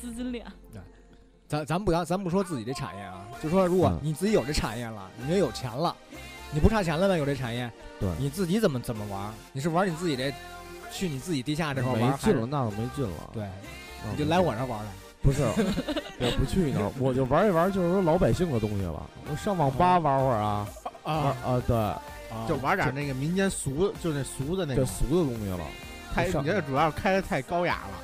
S8: 资金链，
S5: 咱咱不要，咱不说自己这产业啊，就说如果
S4: 嗯
S5: 你自己有这产业了，你也有钱了，你不差钱了呗？有这产业，
S4: 对
S5: 你自己怎么怎么玩儿？你是玩儿你自己这，去你自己地下这块儿玩
S4: 没
S5: 儿，
S4: 劲
S5: 还
S4: 了，
S5: 是，
S4: 那倒没劲了，
S5: 对，
S4: 那
S5: 你
S4: 没
S5: 就来
S4: 劲啊
S5: 我这儿玩儿来。
S4: 不是，我不去那儿，我就玩一玩，就是说老百姓的东西了。我上网吧玩会儿啊，玩
S6: 哦啊，
S4: 啊，对，
S6: 就玩点那个民间俗，就那俗的那
S4: 这
S6: 个。
S4: 俗的东西了。
S6: 太，你
S4: 上
S6: 这主要是开的太高雅了。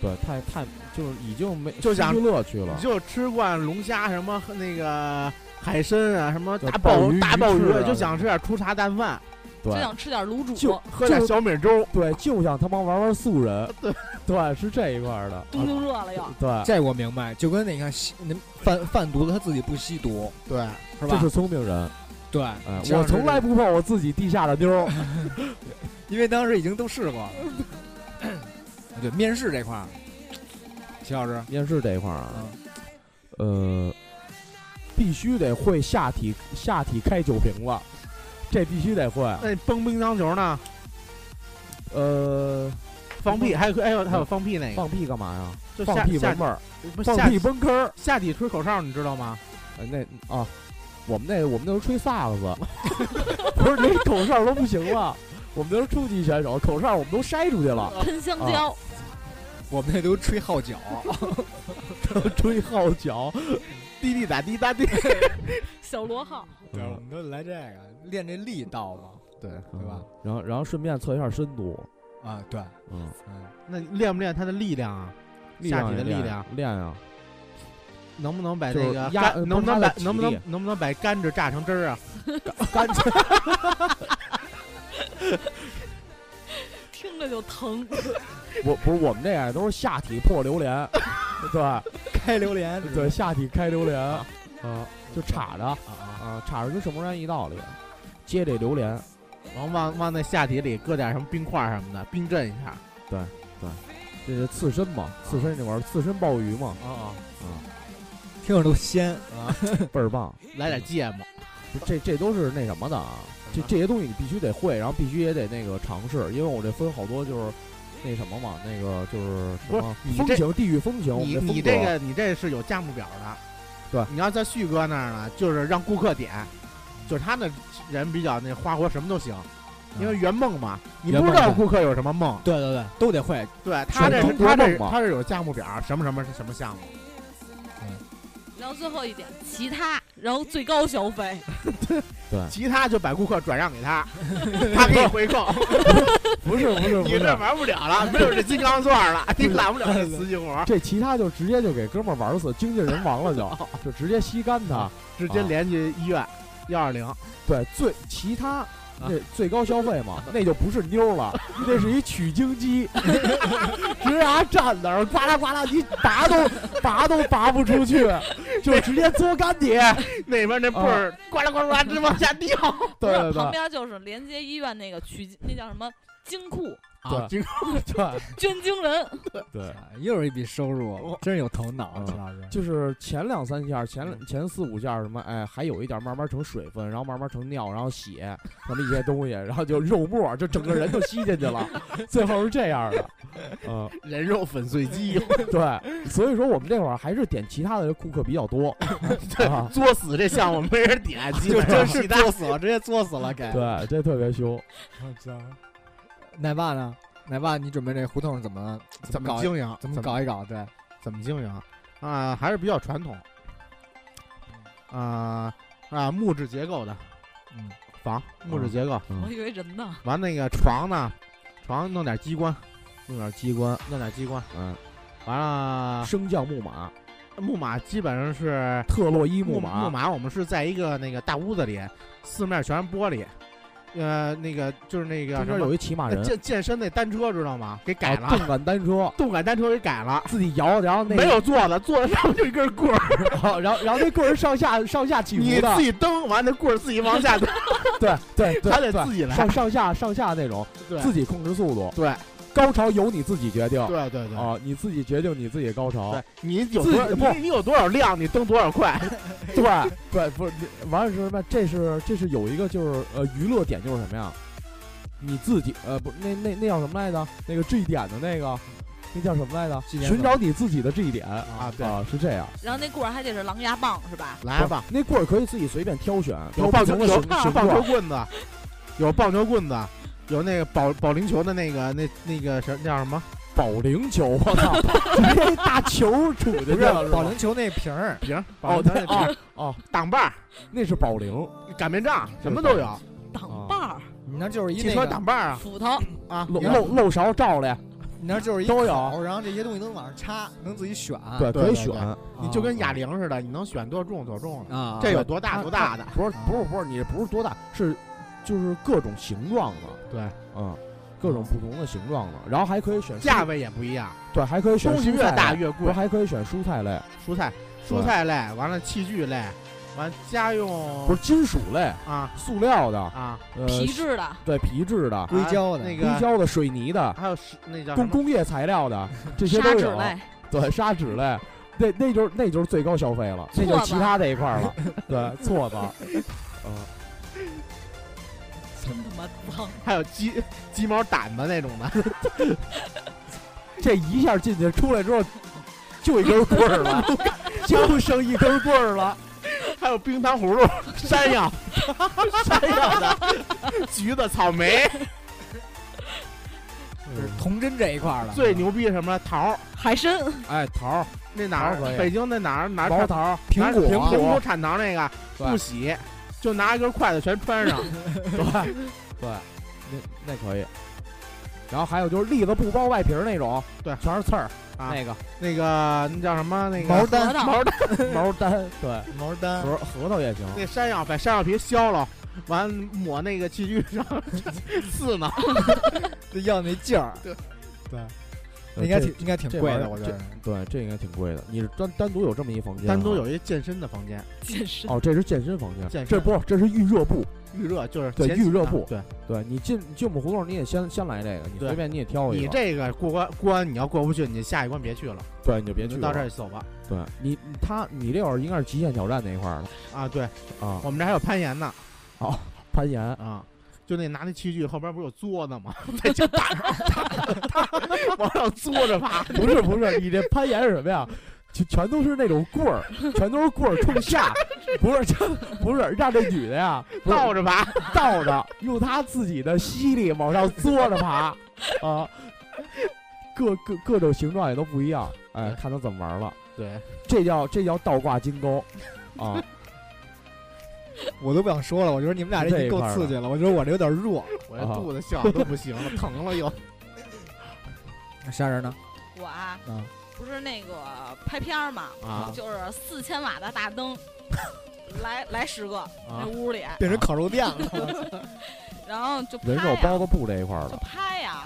S4: 对，太太就是已经没
S6: 就想
S4: 失去乐趣了
S6: 你。就吃惯龙虾什么和那个海参啊，什么
S4: 就
S6: 大
S4: 鲍
S6: 鲍
S4: 鱼
S6: 大鲍
S4: 鱼翅
S6: 鱼
S4: 啊，
S6: 就想吃点粗茶淡饭，
S8: 就
S4: 对
S8: 想吃点卤
S4: 就
S8: 煮，
S6: 喝点
S4: 就
S6: 小米粥。
S4: 对，就想他妈玩玩素人，
S6: 啊对嗯
S4: 对，是这一块儿的。
S8: 冬就热了又。
S4: 对，
S5: 这我明白，就跟那个吸那贩贩毒的他自己不吸毒，
S6: 对，
S5: 是
S4: 这
S5: 吧
S4: 是？聪明人。
S5: 对
S4: 哎，，
S5: 这样
S4: 我
S5: 是
S4: 从来不碰我自己地下的妞儿。
S5: 因为当时已经都试过了。对，面试这块儿，齐老师，
S4: 面试这一块儿啊，
S6: 嗯
S4: 呃，必须得会下体下体开酒瓶子，这必须得会。
S6: 那你哎崩乒乓球呢？
S4: 呃，
S6: 放屁，还有还有还有放屁那个，
S4: 嗯放屁干嘛呀？
S6: 就
S4: 放
S6: 下
S4: 屁
S6: 下
S4: 闻味儿，
S6: 不
S4: 放
S6: 下
S4: 屁崩坑儿。
S6: 下体吹口哨，你知道吗？
S4: 哎那啊，我们那我们那时候吹萨克 斯，不是连口哨都不行了。我们都是初级选手，口哨我们都筛出去了，
S8: 喷香
S4: 啊
S8: 蕉，
S5: 我们那都吹号 角，
S4: 嗯吹号角，
S6: 滴滴答滴答滴，
S8: 小螺号，
S5: 对，我们都来这个练这力道嘛，
S6: 对，
S5: 对吧？
S4: 嗯然后然后顺便测一下深度，
S5: 啊，对，
S4: 嗯，
S5: 嗯，
S6: 那你练不练他的力量啊？下体的力
S4: 练
S6: 量，
S4: 练啊，
S6: 能不能把
S4: 就
S6: 哎那
S4: 是
S6: 个
S4: 压
S6: 干
S4: 呃
S6: 能不能
S4: 不是它
S6: 把
S4: 的体
S6: 能不能
S4: 力
S6: 能不能把甘蔗榨成汁儿啊？
S4: 干脆
S8: 听着就疼。
S4: 我不是我们这样都是下体破 榴莲，对
S5: 开榴莲，
S4: 对，下体开榴莲啊，就插着
S5: 啊啊，
S4: 啊，插着跟什么玩意一道理，接这榴莲，
S6: 然后往往那下体里搁点什么冰块什么的，冰镇一下。
S4: 这是刺身嘛，刺身这玩意儿，刺身鲍鱼嘛，
S6: 啊啊，
S5: 听着 都鲜啊，
S4: 倍儿棒。
S6: 来点芥末。
S4: 不这这都是那什么的啊，这这些东西你必须得会，然后必须也得那个尝试，因为我这分好多就是那什么嘛，那个就是什
S6: 不是
S4: 么
S6: 你
S4: 风
S6: 这
S4: 情、地域风情，我
S6: 你
S4: 们
S6: 你
S4: 风
S6: 这
S4: 格啊
S6: 个你这是有价目表的，
S4: 对，
S6: 你要在旭哥那儿呢，就是让顾客点，
S4: 嗯
S6: 就是他那人比较那花活，什么都行，因为圆梦嘛，你
S4: 圆
S6: 不知
S4: 梦
S6: 道
S4: 对
S6: 顾客有什么梦，
S5: 对对对，都得会，
S6: 对他这
S4: 全
S6: 他这
S4: 国梦嘛
S6: 他这有价目表，什么什么是什么项目，
S8: 然后最后一点，其他，然后最高消费，
S6: 其他就把顾客转让给他，他给你回扣，
S4: 不是不是不
S6: 你这
S4: 是，
S6: 玩不了了，没有这金刚钻 了，你揽不了这瓷器活，
S4: 这其他就直接就给哥们儿玩死，经纪人亡 了就就直接吸干他。
S6: 啊
S4: 啊
S6: 直接连去医院幺二零，啊
S4: 对，最其他那最高消费嘛，那就不是妞了，那是一取经机， 直接啊站那儿，呱啦呱啦，你拔都拔都拔不出去，就直接嘬干你。
S6: 那边那辈儿呱啦呱啦呱啦直往下掉，
S4: 对
S8: 不
S4: 对
S8: 是
S4: 对
S8: 旁边就是连接医院那个取经，那叫什么金库
S5: 啊，
S4: 对
S8: 捐精人，
S4: 对，
S5: 又是一笔收入，真是有头脑，啊
S4: 嗯
S5: 陈老师。
S4: 就是前两三下，
S6: 嗯
S4: 前前四五下什么，哎，还有一点慢慢成水分，然后慢慢成尿，然 后血什么一些东西，然后就肉沫，就整个人就吸进去 了，最后是这样的，嗯。
S6: 人肉粉碎机，
S4: 对，所以说我们这会儿还是点其他的顾客比较多 啊。
S6: 作死这项目没人点， 基
S5: 就
S6: 本
S5: 真
S6: 上
S5: 是
S6: 其他
S5: 作死了，直接作死了，给。
S4: 对，这特别凶。
S5: 我操！奶爸呢？奶爸，你准备这胡同怎么
S6: 怎
S5: 搞
S6: 么经营？
S5: 怎么搞一搞？对，
S6: 怎么经营啊？还是比较传统，啊啊，木质结构的
S5: 嗯，
S6: 房，木质结构。
S4: 嗯
S8: 我以为人呢，
S6: 完那个床呢，床弄点机关，弄点机关，啊弄点机关。
S4: 嗯，
S6: 完了，
S4: 升降木马，
S6: 木马基本上是
S4: 特洛伊
S6: 木
S4: 马，
S6: 木马，我们是在一个那个大屋子里，四面全是玻璃。呃，那个就是那个
S4: 中
S6: 什
S4: 间
S6: 么
S4: 有一骑马人，
S6: 健健身那单车知道吗？给改
S4: 啊
S6: 了，
S4: 动感单车，
S6: 动感单车给改了，
S4: 自己摇，然后那
S6: 没有座子，座子上面就一根棍儿。
S4: 有， 然后然后那棍儿上下上下起
S6: 你
S4: 伏的
S6: 自，己蹬，完那棍儿自己往 下蹬，
S4: 对对对
S6: 还得
S4: 对，
S6: 自己来。
S4: 上上下上下那种，
S6: 对
S4: 自己控制速度。
S6: 对，
S4: 高潮由你自己决定啊、
S6: 对对对，
S4: 你自己决定你自己的高潮。
S6: 对你有
S4: 自己
S6: 多
S4: 不
S6: 你你有多少量，你蹬多少块，
S4: 对对，不是，你完了是什么？这是这是有一个就是呃娱乐点就是什么呀？你自己呃不那那那叫什么来着？那个 G 点的那个，那叫什么来着？
S5: 点
S4: 寻找你自己的 G 点啊
S6: 对
S4: 啊是这样。
S8: 然后那棍儿还得是狼牙棒是吧？
S6: 来吧，
S4: 那棍儿可以自己随便挑选，
S6: 有
S4: 不
S6: 棒球
S4: 同的形
S6: 有
S4: 形
S6: 棒球
S4: 状。
S6: 棍子，有棒球棍子，啊有那个保保龄球的那个那那个什叫什么
S4: 保龄球，我操， 直接一大球杵进
S5: 不
S4: 去
S5: 是
S6: 啊
S4: 了，是吧
S5: 保龄球那瓶儿，
S6: 瓶？保
S4: 哦
S6: 龄球
S4: 对
S6: 那
S4: 哦
S6: 瓶
S4: 哦，
S6: 挡把儿、
S4: 那是保龄，
S6: 擀面杖，什么都有，
S4: 啊
S8: 挡把儿、
S5: 你那就是一
S6: 汽
S5: 那
S6: 车
S5: 个
S6: 挡把儿啊
S8: 斧头，
S4: 呃
S6: 啊，
S4: 漏
S6: 你看
S4: 漏漏勺罩嘞，
S5: 你那就是一
S4: 都有
S5: 口，然后这些东西能往上插，能自己选。啊
S4: 对，
S6: 啊对
S4: 可以
S6: 对
S4: 选
S6: 对。你就跟哑铃似的，你能选多重多重的，
S5: 啊，
S6: 这有
S5: 个
S6: 多大
S4: 它
S6: 多大的，
S4: 不是不是不是，你不是多大，是就是各种形状的，
S6: 对，
S4: 嗯，各种不同的形状的，然后还可以选蔬
S6: 价，位也不一样，
S4: 对，还可以选
S6: 东西
S4: 蔬
S6: 越
S4: 菜
S6: 大
S4: 类，
S6: 越
S4: 不是
S6: 贵，
S4: 还可以选蔬菜类，
S6: 蔬菜
S4: 对
S6: 蔬菜类，完了器具类，完了家用
S4: 不是金属类，
S6: 啊
S4: 塑料的，
S6: 啊，
S4: 呃，
S8: 皮质的，
S4: 对皮质的、
S5: 硅胶的
S6: 啊那
S4: 硅
S6: 个
S4: 胶的、水泥的、
S6: 还有是那叫什
S4: 工
S6: 么
S4: 工业材料的，这些
S8: 砂
S4: 都
S8: 纸
S4: 有，啊
S8: 类，
S4: 对，砂纸类。那那就是那就是最高消费了，那就
S8: 错
S4: 是
S8: 吧
S4: 其他这一块儿 了，对，错吧？
S8: 真他妈脏！
S6: 还有鸡鸡毛掸子那种 的，
S4: 这一下进去，出来之后就一根棍儿了，就剩一根棍儿了。
S6: 还有冰糖葫芦、山药、山药的、橘子、草莓，
S5: 就是童真这一块儿的，
S6: 最牛逼什么桃儿，
S8: 海参，
S4: 哎，桃儿、
S6: 那哪
S4: 桃儿可
S6: 儿
S4: 以
S6: 北京那哪儿哪儿
S4: 毛
S6: 产
S4: 桃儿、
S6: 哪儿
S4: 苹果、啊
S6: 苹果产糖那个
S4: 对
S6: 不洗，就拿一根筷子全穿上，
S4: 对对，那那可以。然后还有就是栗子不包外皮儿那种，
S6: 对
S4: 全是刺儿，
S6: 啊
S4: 那个
S6: 那个那叫什么那
S5: 毛
S6: 个
S8: 核
S5: 丹
S8: 桃，
S6: 毛的
S4: 毛丹，对，
S5: 毛丹，
S4: 核核桃也行。
S6: 那山药把山药皮削了，完抹那个器具上 刺 呢，
S5: 这要那劲 儿，
S4: 对
S5: 应该
S4: 这
S5: 挺应该挺
S4: 这
S5: 贵
S4: 玩意
S5: 的，
S4: 儿
S5: 我觉得。
S4: 对，这应该挺贵的。你是单单独有这么一房间啊，
S6: 单独有一健身的房间，
S8: 健身
S4: 哦，这是健身房间，
S6: 健身
S4: 这不这是预热部。
S6: 预热就是
S4: 对
S6: 前几
S4: 预热
S6: 啊
S4: 部
S6: 对。
S4: 对你进进我们胡同，你也先先来这个，你
S6: 对
S4: 随便你也挑一个，
S6: 你这个过关关你要过不去，你下一关别去了，
S4: 对你就别
S6: 你
S4: 去
S6: 就到
S4: 了
S6: 这儿走吧。
S4: 对你他你这会儿应该是极限挑战那一块儿了
S6: 啊，对
S4: 啊，
S6: 我们这还有攀岩呢
S4: 攀岩
S6: 啊，就那拿那器具后边不是有嘬的 吗？在脚打上， 往上嘬着 爬，
S4: 不是不是，你这攀岩是什么呀？全全都是那种棍儿，全都是棍儿冲下，不是 这不是让这女的呀
S6: 倒着
S4: 着
S6: 爬，
S4: 倒着，用她自己的吸力往上嘬着爬啊，各各各种形状也都不一样，哎，看她怎么玩了，
S6: 对，
S4: 这叫这叫倒挂金钩 啊，
S5: 我都不想说了，我觉得你们俩这已经够刺激了，我觉得我这有点弱。
S6: 我这肚子笑都不行了，疼了又。
S5: 啥人呢？
S8: 我啊
S5: 嗯，
S8: 不是那个拍片儿嘛，
S6: 啊
S8: 就是四千瓦的大灯，来来十个，那屋里，
S5: 变成烤肉店了，
S8: 然后就拍
S4: 人肉
S8: 呀，
S4: 包子铺这一块儿
S8: 就
S4: 了，
S8: 拍呀。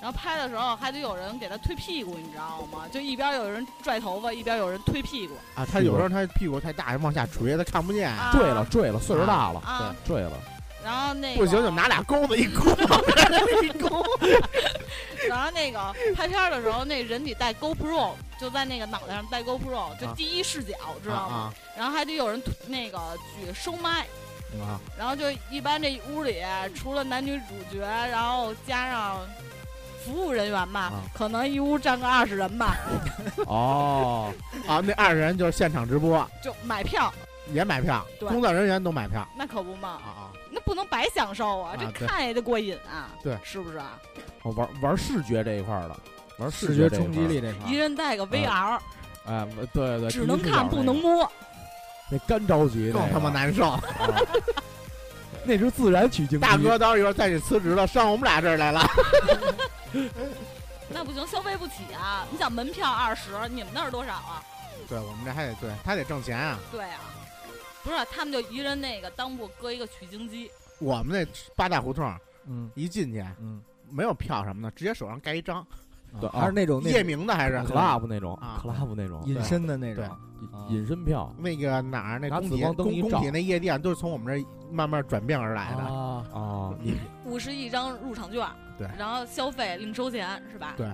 S8: 然后拍的时候还得有人给他推屁股，你知道吗？就一边有人拽头发，一边有人推屁股。
S6: 啊，他有时候他屁股太大，往下垂，他看不见。
S8: 啊、
S4: 坠了坠了，岁数大了，
S8: 啊！
S4: 坠了。
S8: 然后那个
S6: 不行就拿俩钩子一勾，一勾。
S8: 然后那个拍片儿的时候，那人得带 GoPro，就在那个脑袋上带 GoPro，就
S6: 啊
S8: 第一视角，知
S6: 啊
S8: 道吗？
S6: 啊
S8: 然后还得有人推那个举收麦，
S6: 啊！
S8: 然后就一般这屋里除了男女主角，然后加上服务人员吧，
S6: 啊
S8: 可能一屋站个二十人吧，
S4: 哦，
S6: 啊，那二人就是现场直播，
S8: 就买票，
S6: 也买票，
S8: 对
S6: 工作人员都买票
S8: 那可不嘛
S6: 啊，啊！
S8: 那不能白享受啊，
S6: 啊
S8: 这
S6: 对
S8: 看也得过瘾啊，
S6: 对
S8: 是不是啊？
S4: 哦玩玩视觉这一块儿的，玩
S5: 视
S4: 觉
S5: 觉
S4: 这一
S5: 冲
S4: 块
S5: 击
S4: 儿
S5: 力这
S6: 啊
S5: 块
S8: 一
S5: 儿。
S8: 人带个 VR，、
S4: 哎，我对对，
S8: 只
S4: 第一
S8: 能
S4: 视角
S8: 看不
S4: 那个，
S8: 能摸，
S4: 那干着急，
S6: 更他妈
S4: 那
S6: 难受。
S4: 个，啊那是自然取经。
S6: 大哥，，到时候带你辞职了，上我们俩这儿来 了。
S8: 那不行，消费不起啊！你想门票二十，你们那儿多少啊？
S6: 对我们这还得对他得挣钱啊。
S8: 对啊，不是啊、他们就一人那个裆部搁一个取经机，
S6: 我们那八大胡同
S5: 嗯
S6: 一进去
S5: 嗯，
S6: 没有票什么的，直接手上盖一张
S4: 对
S5: 啊还是那种那
S6: 夜明的还是
S4: club 那种
S6: 啊
S4: ，club 那种
S5: 隐身的那种
S6: 对。
S4: 隐隐身票
S6: 那个哪儿那
S4: 拿
S6: 工
S4: 紫
S6: 体
S4: 光灯
S6: 工
S4: 一
S6: 工
S4: 照
S6: 体那夜店都是从我们这儿慢慢转变而来的。
S5: 啊，
S4: 啊，你
S8: 五十一张入场券，
S10: 对
S8: 然后消费另收钱是吧？
S10: 对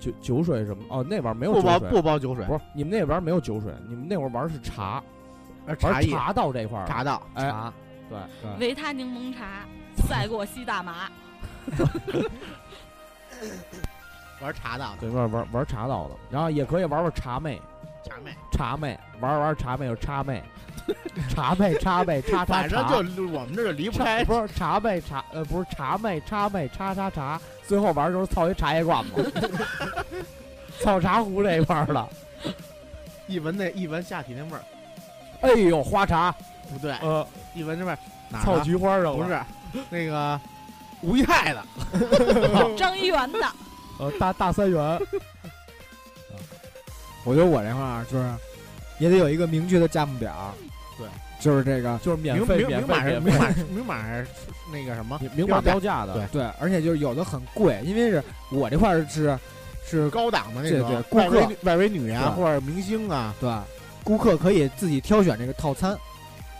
S4: 酒酒水什么？哦，那玩意儿没有
S10: 不
S4: 酒
S10: 包
S4: 水，
S10: 不包酒水，
S4: 不是你们那玩意儿没有酒水，你们那会儿玩儿是茶，
S10: 呃
S4: 玩
S10: 茶叶
S4: 茶道这块儿，
S10: 茶道
S4: 哎
S10: 茶，
S4: 对对，
S8: 维他柠檬茶，赛过吸大麻，
S10: 玩茶道的
S4: 对玩玩玩茶道的，然后也可以玩玩茶妹，
S10: 茶妹，
S4: 茶妹玩玩茶妹有茶妹， 茶妹茶 妹叉叉
S10: 反正
S4: 茶，
S10: 就我们这就离不
S4: 茶
S10: 开
S4: 不是茶妹茶呃不是茶妹茶妹叉叉茶，最后玩的时候操一茶叶罐子， 操茶壶这一块儿了，
S10: 一闻那一闻下体那味儿
S4: 哎呦花茶，
S10: 不对，
S4: 呃
S10: 一闻这味儿哪儿
S4: 操
S10: 的
S4: 菊花啊上
S10: 不
S4: 了，
S10: 是那个吴一泰的，
S8: 张一元的，
S4: 呃大大三元，
S5: 我觉得我这块儿就是也得有一个明确的价目表，
S10: 对，
S5: 就是这个
S4: 就是免
S10: 明
S4: 费
S10: 明
S4: 免
S10: 明
S4: 费
S10: 码
S4: 免
S10: 是明
S4: 费
S10: 码是明码是那个什么
S4: 明明码标价的，
S10: 对
S5: 对，而且就是有的很贵，因为是我这块儿是是
S10: 高档的那
S5: 对
S10: 种
S5: 对顾
S10: 外围
S5: 客
S10: 女外围女啊
S5: 对
S10: 或者明星啊
S5: 对顾客可以自己挑选这个套餐，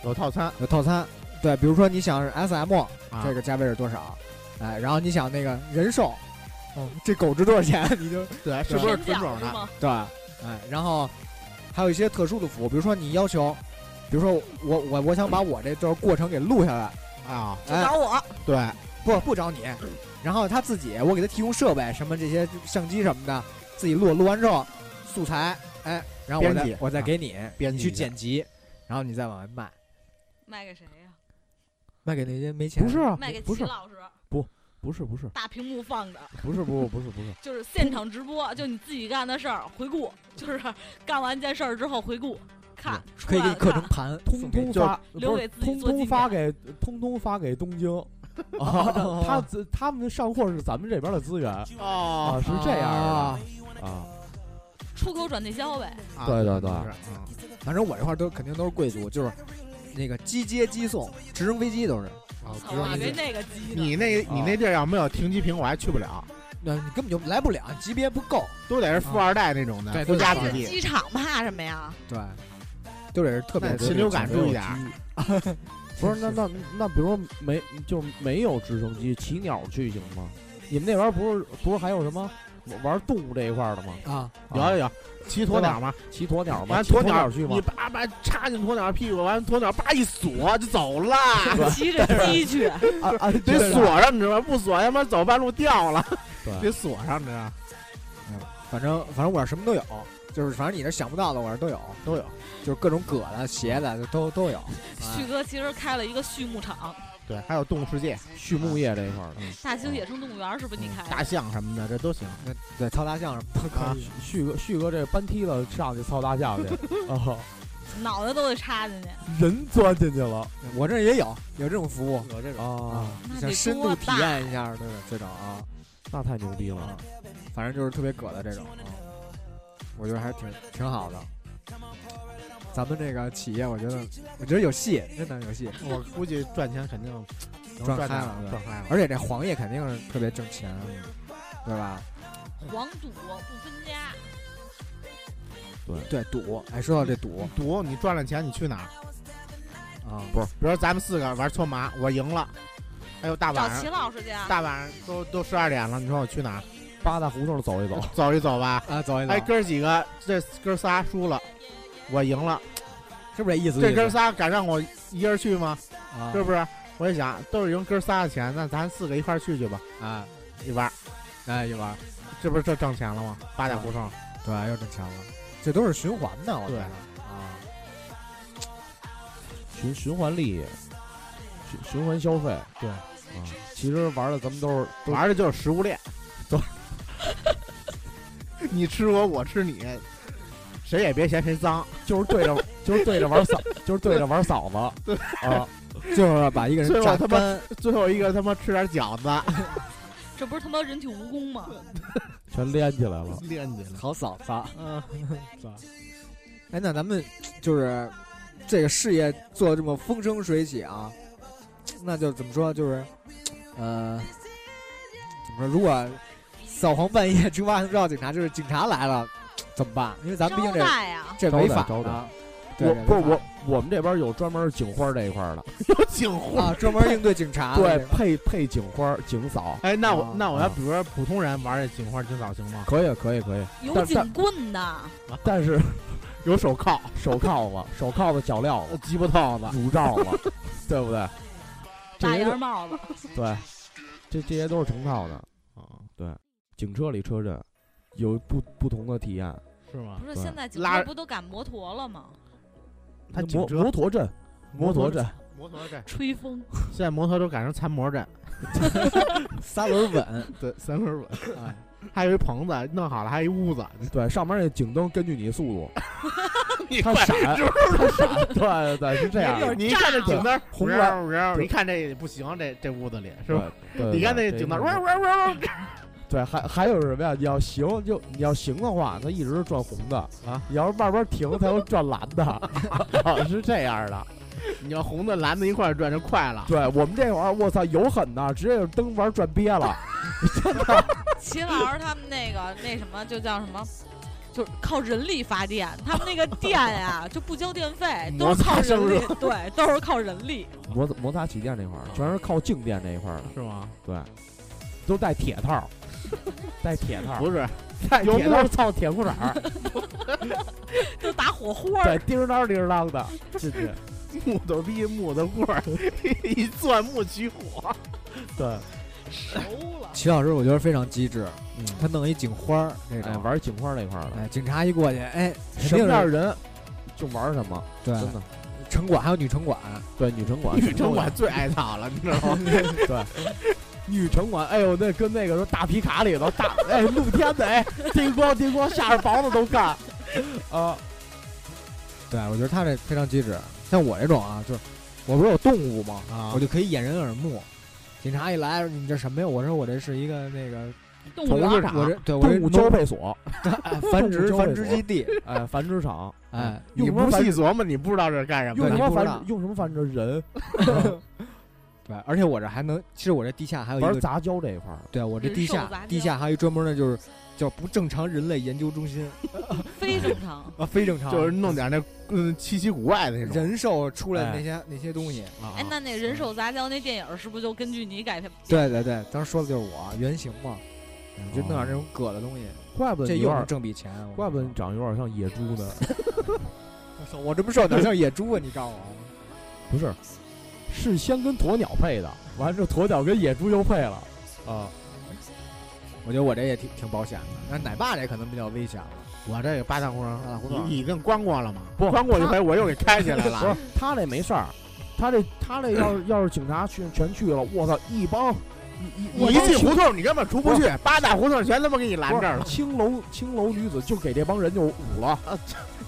S10: 有套餐
S5: 有套餐，对，比如说你想是 S M，
S10: 啊
S5: 这个价位是多少？哎，然后你想那个人寿，哦，这狗值多少钱？你就
S10: 嗯 对是
S5: 对
S10: 不是
S8: 全
S10: 纯
S8: 奖
S10: 种
S8: 是
S10: 的？
S8: 吗？
S5: 对，哎，然后还有一些特殊的服务，比如说你要求，比如说我我我想把我这段过程给录下来，
S10: 啊？
S8: 就
S5: 哎
S8: 找，我，
S10: 对，
S5: 不不找你，然后他自己我给他提供设备，什么这些相机什么的，自己录录完之后素材，哎，然后我
S10: 编
S5: 再
S10: 辑
S5: 我再
S10: 啊
S5: 给你，
S10: 编
S5: 你
S10: 辑
S5: 去
S10: 一下
S5: 剪辑，然后你再往外卖，
S8: 卖给谁呀？
S5: 卖给那些没钱
S4: 不是啊
S8: 卖给
S4: 不
S8: 齐
S4: 是
S8: 老师，
S4: 不是不是
S8: 大屏幕放着，
S4: 不是不是不是不是。
S8: 就是现场直播，就你自己干的事儿回顾，就是干完一件事儿之后回顾，看
S5: 可以给你刻成
S8: 出来了
S5: 盘，
S4: 通
S5: 送给
S4: 通
S5: 你
S4: 发，
S8: 留
S4: 不
S8: 给
S4: 是
S8: 自己
S4: 通
S8: 做
S4: 通
S8: 纪
S4: 发给通通发给东京，
S5: 哦
S4: 他他们上货是咱们这边的资源啊，
S10: 哦，
S4: 是这样
S5: 啊
S4: 的啊，
S8: 看出口转内销呗，
S10: 啊
S4: 对对对
S10: 是嗯
S5: 反正我这块儿都肯定都是贵族，就是那个机接机送，直升飞机都是。
S10: 啊
S8: 操
S10: 知道
S8: 我以
S10: 你
S8: 为那个鸡呢，
S10: 你那你那地儿要没有停机坪，我还去不了，
S5: 那你根本就来不了，级别不够。
S10: 都得是富二代那种的，
S5: 对
S10: 富家
S5: 都
S10: 子
S5: 是
S10: 弟，
S8: 机场怕什么 呀？
S5: 对，都得是特别
S10: 那禽流感注意点儿。
S4: 不是那那那比如说没就没有直升机，骑鸟去行吗？你们那边不是不是还有什么玩动物这一块的吗？
S5: 啊！
S10: 有有有，骑鸵鸟嘛，
S4: 骑鸵鸟吗？
S10: 完
S4: 骑
S10: 鸵
S4: 鸟去吗
S10: 你？叭叭插进鸵鸟屁股，完鸵鸟叭一锁就走了，
S8: 骑着鸡去，
S4: 啊啊，
S10: 得
S4: 对
S10: 锁上你知道吗？不锁要不然走半路掉了，
S4: 对
S10: 得锁上你知道吗
S5: 反正反正我这什么都有，就是反正你这想不到的我这都有，
S10: 都有。
S5: 就是各种葛的、鞋的都都有。
S8: 旭哥其实开了一个畜牧场，
S10: 对，还有动物世界、
S4: 畜牧业这一块的，
S8: 大型野生动物园是不是你开
S10: 大
S8: 的？
S10: 象什么的，这都行。
S5: 那对操大象什么的可
S10: 啊
S5: 以。
S4: 旭哥旭哥这搬梯子上去操大象去，啊，
S8: 脑袋都得插进去，
S4: 人钻进去了
S5: 我这儿也有有这种服务
S10: 有这种
S4: 啊，
S5: 啊，
S8: 那
S5: 你
S8: 得
S5: 想深
S8: 多
S5: 度体
S8: 大
S5: 验一下，对这种啊，
S4: 那太牛逼了。
S5: 反正就是特别葛的这种啊，我觉得还挺挺好的。咱们这个企业，我觉得我觉得有戏，真的有戏。
S10: 我估计赚钱肯定能
S5: 赚
S10: 赚
S5: 开
S10: 大
S5: 了对
S10: 赚开了。
S5: 而且这黄页肯定是特别挣钱，啊对吧？
S8: 黄赌不分家，
S5: 对，赌。哎，说到这赌
S10: 赌你赚了钱，你去哪儿？
S5: 啊，
S10: 不是，比如说咱们四个玩搓麻，我赢了，哎呦，大
S8: 找
S10: 晚
S8: 齐
S10: 上
S8: 老师去啊。
S10: 大晚上都都十二点了，你说我去哪儿？
S4: 八大胡同 走一走，
S10: 走哦一走吧。
S5: 啊，走一走，
S10: 哎，哥儿几个，这哥仨输了，我赢了，
S5: 是不是这意思？
S10: 这哥仨敢让我一人去吗？
S5: 啊，
S10: 是不是？我一想，都是赢哥仨的钱，那咱四个一块儿去去吧，
S5: 啊，
S10: 一玩儿，啊
S5: 哎，一玩，
S10: 这不是这挣钱了吗？八大胡同，
S5: 对，又挣钱了，这都是循环的，我觉
S10: 对
S5: 得啊，
S4: 循循环利益，循循环消费，对啊，其实玩的咱们都是都
S10: 玩的就是食 物链，走，你吃我，我吃你，谁也别嫌谁 脏，
S4: 就是对着就是对着玩嫂，就是对着玩嫂子
S10: 对
S4: 啊，
S5: 就是把一个
S10: 所以
S5: 人榨
S10: 我他妈
S5: 干，
S10: 最后一个他妈吃点饺子，
S8: 这不是他妈人体蜈蚣吗？
S4: 全连起来了。
S10: 练起来。
S5: 好嫂子。
S10: 嗯，
S5: 哎，那咱们就是这个事业做得这么风生水起啊，那就怎么说？就是呃，怎么说？如果扫黄半夜执法不到警察，就是警察来了怎么办？因为咱们毕竟
S8: 招
S5: 这
S8: 待呀，啊
S5: 这
S4: 招
S5: 违
S4: 待
S5: 法啊
S4: 招待
S5: 的。对
S4: 我
S5: 这
S4: 不
S5: 违
S4: 是
S5: 法
S4: 我我们这边有专门警花这一块儿的，
S10: 有警徽。
S5: 啊，专门应对警察的
S4: 对
S5: 这，个
S4: 配配警花警嫂，
S10: 哎，那我
S5: 啊
S10: 那我要
S4: 啊
S10: 比如说普通人玩这警花警嫂行吗？
S4: 可以可以可以，
S8: 有
S4: 但
S8: 警棍的，
S4: 但是
S10: 啊 有手铐、呃
S4: 手铐子、手铐子、脚镣子、
S10: 鸡巴套子，
S4: 乳罩 子，对不对？这
S8: 大
S4: 些
S8: 檐
S4: 都
S8: 帽子，
S4: 对，这这些都是成套的。
S10: 啊
S4: 警车里车震有不不同的体验，
S10: 是吗
S8: 不？是
S4: 对
S8: 现在警
S10: 拉
S8: 察不都赶摩托了吗？
S10: 他
S4: 摩
S10: 警车
S4: 摩托镇，摩托镇，
S10: 摩托镇，
S8: 吹风，
S10: 现在摩托都改成残模镇，
S5: 三轮 稳，
S10: 对，三轮稳，哎，还有一棚子，弄好了还有一屋 子，
S4: 对，上面那警灯根据你速度，
S10: 哎你
S4: 它
S10: 快
S4: 闪，它闪，对对对，是这样的，
S10: 你一看这警灯
S4: 红
S10: 然后然后
S4: 对
S10: 一看这不行，这这屋子里是
S4: 对
S10: 吧？？
S4: 对对
S10: 你看那
S4: 对
S10: 警灯，
S4: 这
S10: 哇哇哇哇，
S4: 对，还还有什么呀？你要行就你要行的话，它一直是转红的
S10: 啊；
S4: 你要是慢慢停，它又转蓝 的。
S10: 啊是这样 的，你要红的蓝的一块儿转就快了。
S4: 对我们这会儿，我操，有狠的，直接就灯玩转憋 了。
S11: 秦老师他们那个那什么就叫什么，就是靠人力发电，他们那个电呀就不交电费，都
S10: 摩
S11: 是
S10: 擦
S11: 靠
S10: 生
S11: 人力，对，都是靠人力。
S4: 摩擦摩擦起电这块儿，全是靠静电这一块儿的，
S10: 是吗？
S4: 对，都带铁套，带铁套，
S10: 不是，
S4: 油
S10: 铁套
S4: 墨操铁裤衩儿，
S11: 就打火花儿，
S4: 对，叮当叮当 的，进去，
S10: 木头逼木头棍儿，一钻木取火。
S4: 对，
S11: 熟了。
S5: 齐老师我觉得非常机智，
S4: 嗯
S5: 他弄一警花儿那
S4: 哎，
S5: 种，
S4: 玩警花那块儿的，
S5: 哎，警察一过去，哎，
S4: 什
S5: 肯
S4: 么
S5: 定
S4: 样
S5: 是
S4: 人就玩什么，
S5: 对
S4: 真的，
S5: 城管还有女城管，
S4: 对，哎女城管，
S10: 女城管最爱操了，你知道吗？
S4: 女城管，哎呦，那跟那个说大皮卡里头大，哎，露天的，哎，叮咣叮咣，下着房子都 干，啊，
S5: 对我觉得他这非常机智。像我这种啊，就是我不是有动物吗？
S10: 啊
S5: 我就可以掩人耳目。警察一来，你这什么呀？我说我这是一个那个，
S8: 动物园
S10: 从
S8: 儿
S10: 这
S5: 我这对我这
S4: 动物交配所，
S5: 哎 繁
S4: 动
S5: 殖
S4: 物交配
S5: 繁殖
S4: 所
S5: 基地，
S4: 哎，繁殖 场，嗯
S5: 哎，
S4: 用
S10: 你
S4: 什么
S10: 不
S4: 繁
S10: 细琢磨，你不知道这是干什么
S4: 用什
S5: 对你
S10: 的。
S4: 么
S5: 不知道
S4: 繁殖用什么繁殖人，
S5: 对，而且我这还能，其实我这地下还有一
S4: 玩
S5: 个，
S4: 杂交这一块儿的，
S5: 对我这地
S8: 人兽
S5: 下
S8: 杂交
S5: 地下还有一专门的，就是叫不正常人类研究中心
S8: 非正常。
S5: 啊，非正 常
S10: 就是弄点那嗯稀奇古怪的那种。
S5: 人兽出来的
S10: 哎
S5: 那些那些东西。
S10: 啊
S8: 哎，那那人兽杂交那电影儿是不是就根据你改编？
S5: 对对对，当时说的就是我原型嘛，你就弄
S4: 哦
S5: 点这种葛的东西，
S4: 怪不得
S5: 这
S4: 你有
S5: 又
S4: 点
S5: 能，挣笔钱。我
S4: 怪不得你长得有点像野猪呢，
S5: 我这不瘦点像野猪啊？你告诉我。
S4: 不是，是先跟鸵鸟配的，完之后鸵鸟跟野猪又配了，啊，
S5: 我觉得我这也挺挺保险的，但是奶爸这可能比较危险了。
S10: 我这个八大胡
S5: 八大胡
S10: 同
S5: 同，
S10: 你已经关过了吗？
S4: 不
S10: 关过一回，我又给开起来
S4: 不是
S10: 了。
S4: 他这没事儿，他这他这要是要是警察去全去了，我操，一帮一
S10: 你
S4: 一
S10: 一进胡同，你根本出不
S4: 不
S10: 去，八大胡同全他妈给你拦
S4: 不
S10: 这儿
S4: 是
S10: 了。
S4: 青楼青楼女子就给这帮人就捂了，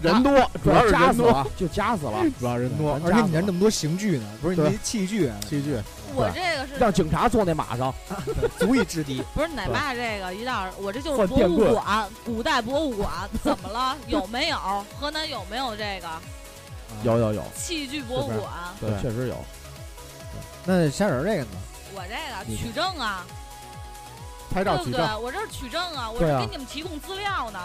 S10: 人多，主要是
S4: 夹
S10: 人
S4: 死
S10: 多，
S4: 了，就夹死了，
S10: 主要人
S4: 多
S10: 多。
S5: 而且你那那么多刑具呢，不是你
S4: 对
S5: 那器具啊，
S10: 戏剧
S8: 我这个是
S4: 让警察坐那马上，
S5: 足以制敌。
S8: 不是奶爸这个一到我这就是
S4: 换
S8: 博
S4: 电
S8: 物
S4: 棍
S8: 馆，古代博物馆怎么了？ 有没有？河南有没有这个
S4: 有有有，
S8: 器具博物
S4: 是不是
S8: 馆？
S4: 对，确实有，
S5: 那虾仁儿这个呢？
S8: 我这
S5: 你
S8: 个取证啊，
S10: 拍照
S8: 对不
S10: 取
S8: 对
S10: 证，？
S8: 我这是取证啊，我
S4: 对
S8: 是
S4: 啊
S8: 给你们提供资料呢。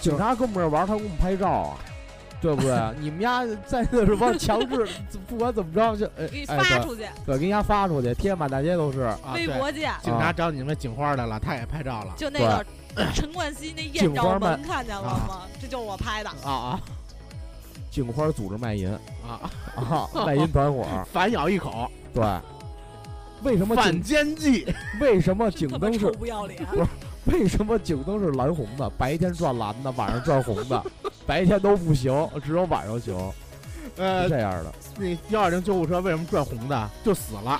S4: 警察跟我们这玩儿，他给我们拍照啊。对不对？ 你们家在那什么强制，不管怎么着就哎
S8: 给你
S4: 哎
S8: 发
S4: 对
S8: 出去，
S4: 对，给人家发出去，贴满大街都是。
S10: 啊
S8: 微
S10: 对
S8: 博见。
S10: 警察找你们警花来了，他也拍照了。
S8: 就那个陈冠希那艳
S4: 警
S8: 照
S4: 官
S8: 门
S4: 们
S8: 看见了吗？这就是我拍的。
S10: 啊啊
S4: 警花组织卖淫
S10: 啊！
S4: 啊，卖淫团伙。
S10: 反咬一口，
S4: 对，为什么
S10: 反
S4: 警
S10: 间计。
S4: 为什么警
S8: 真他妈
S4: 灯
S8: 臭
S4: 是
S8: 不要脸！
S4: 为什么警灯是蓝红的？白天转蓝的，晚上转红的，白天都不行，只有晚上行，
S10: 呃
S4: 是，这样的。
S10: 那幺二零救护车为什么转红的？就死了。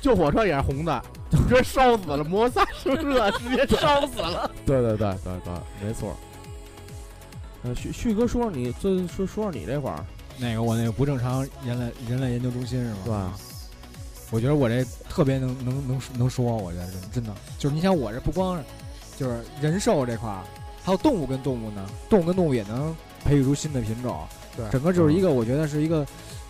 S10: 救火车也是红的，直接烧死了，摩擦生热，直接烧死了。
S4: 对对对对对，没错。呃，旭旭哥说说你，最说说说你这块儿，
S5: 那个我那个不正常人类人类研究中心是吧？
S4: 对啊吧？
S5: 我觉得我这特别能能能能说，我觉得真真的就是你想我这不光是就是人兽这块儿，还有动物跟动物呢，动物跟动物也能培育出新的品种，
S4: 对嗯
S5: 整个就是一个我觉得是一个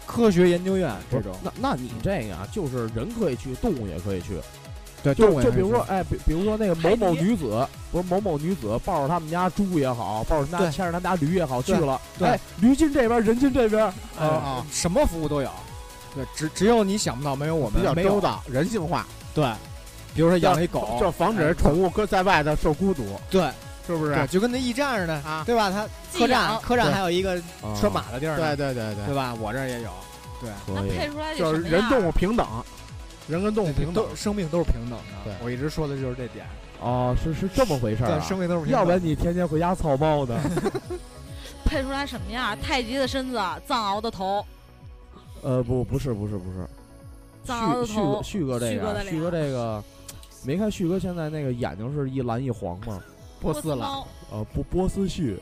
S5: 科学研究院这种。
S4: 那那你这个啊，就是人可以去，动物也可以去，
S5: 对，
S4: 就
S5: 动物
S4: 就
S5: 园
S4: 比如
S5: 是
S4: 说，哎，比比如说那个某某女子，不是某某女子抱着他们家猪也好，抱着他们
S5: 对
S4: 家牵着他们家驴也好，去
S5: 对
S4: 了，
S5: 对
S4: 哎，驴进这边，人进这边，
S5: 哎
S4: 啊，
S5: 什么服务都有，对，只只有你想不到，没有我们
S10: 比较
S5: 没有
S10: 周到，人性化，
S5: 对，比如说养了一
S4: 哦
S5: 狗，
S10: 就防
S4: 哎
S10: 止宠物搁在外头受孤独，
S5: 对
S10: 是不是？
S5: 对，就跟那驿站似的
S10: 啊
S5: 对吧？它
S8: 寄
S5: 客
S8: 养
S5: 栈客栈
S10: 对
S5: 还有一个
S4: 啊哦
S5: 拴马的地儿呢，
S10: 对对对
S5: 对吧？我这儿也有，
S8: 那
S12: 可以
S8: 配出来得
S10: 对，就
S8: 什
S10: 是
S8: 么
S10: 人
S8: 样
S10: 动物平等，人跟动物
S5: 对
S10: 平等
S5: 都。生命都是平等
S10: 对
S5: 的，我一直说的就是这点，
S4: 哦，是是这么回事儿
S5: 对，
S4: 啊，
S5: 生命都是平等的，
S4: 要不然你天天回家操猫呢？
S8: 配出来什么样？太极的身子，藏獒的头，
S4: 呃，不，不是，不是，不是，
S8: 藏獒的
S4: 旭旭哥
S8: 头，
S4: 旭哥这
S8: 旭
S4: 个啊，旭哥
S8: 哥的脸
S4: 这个，没看旭哥现在那个眼睛是一蓝一黄吗？
S10: 波斯了，
S8: 猫，
S4: 呃，波波斯旭，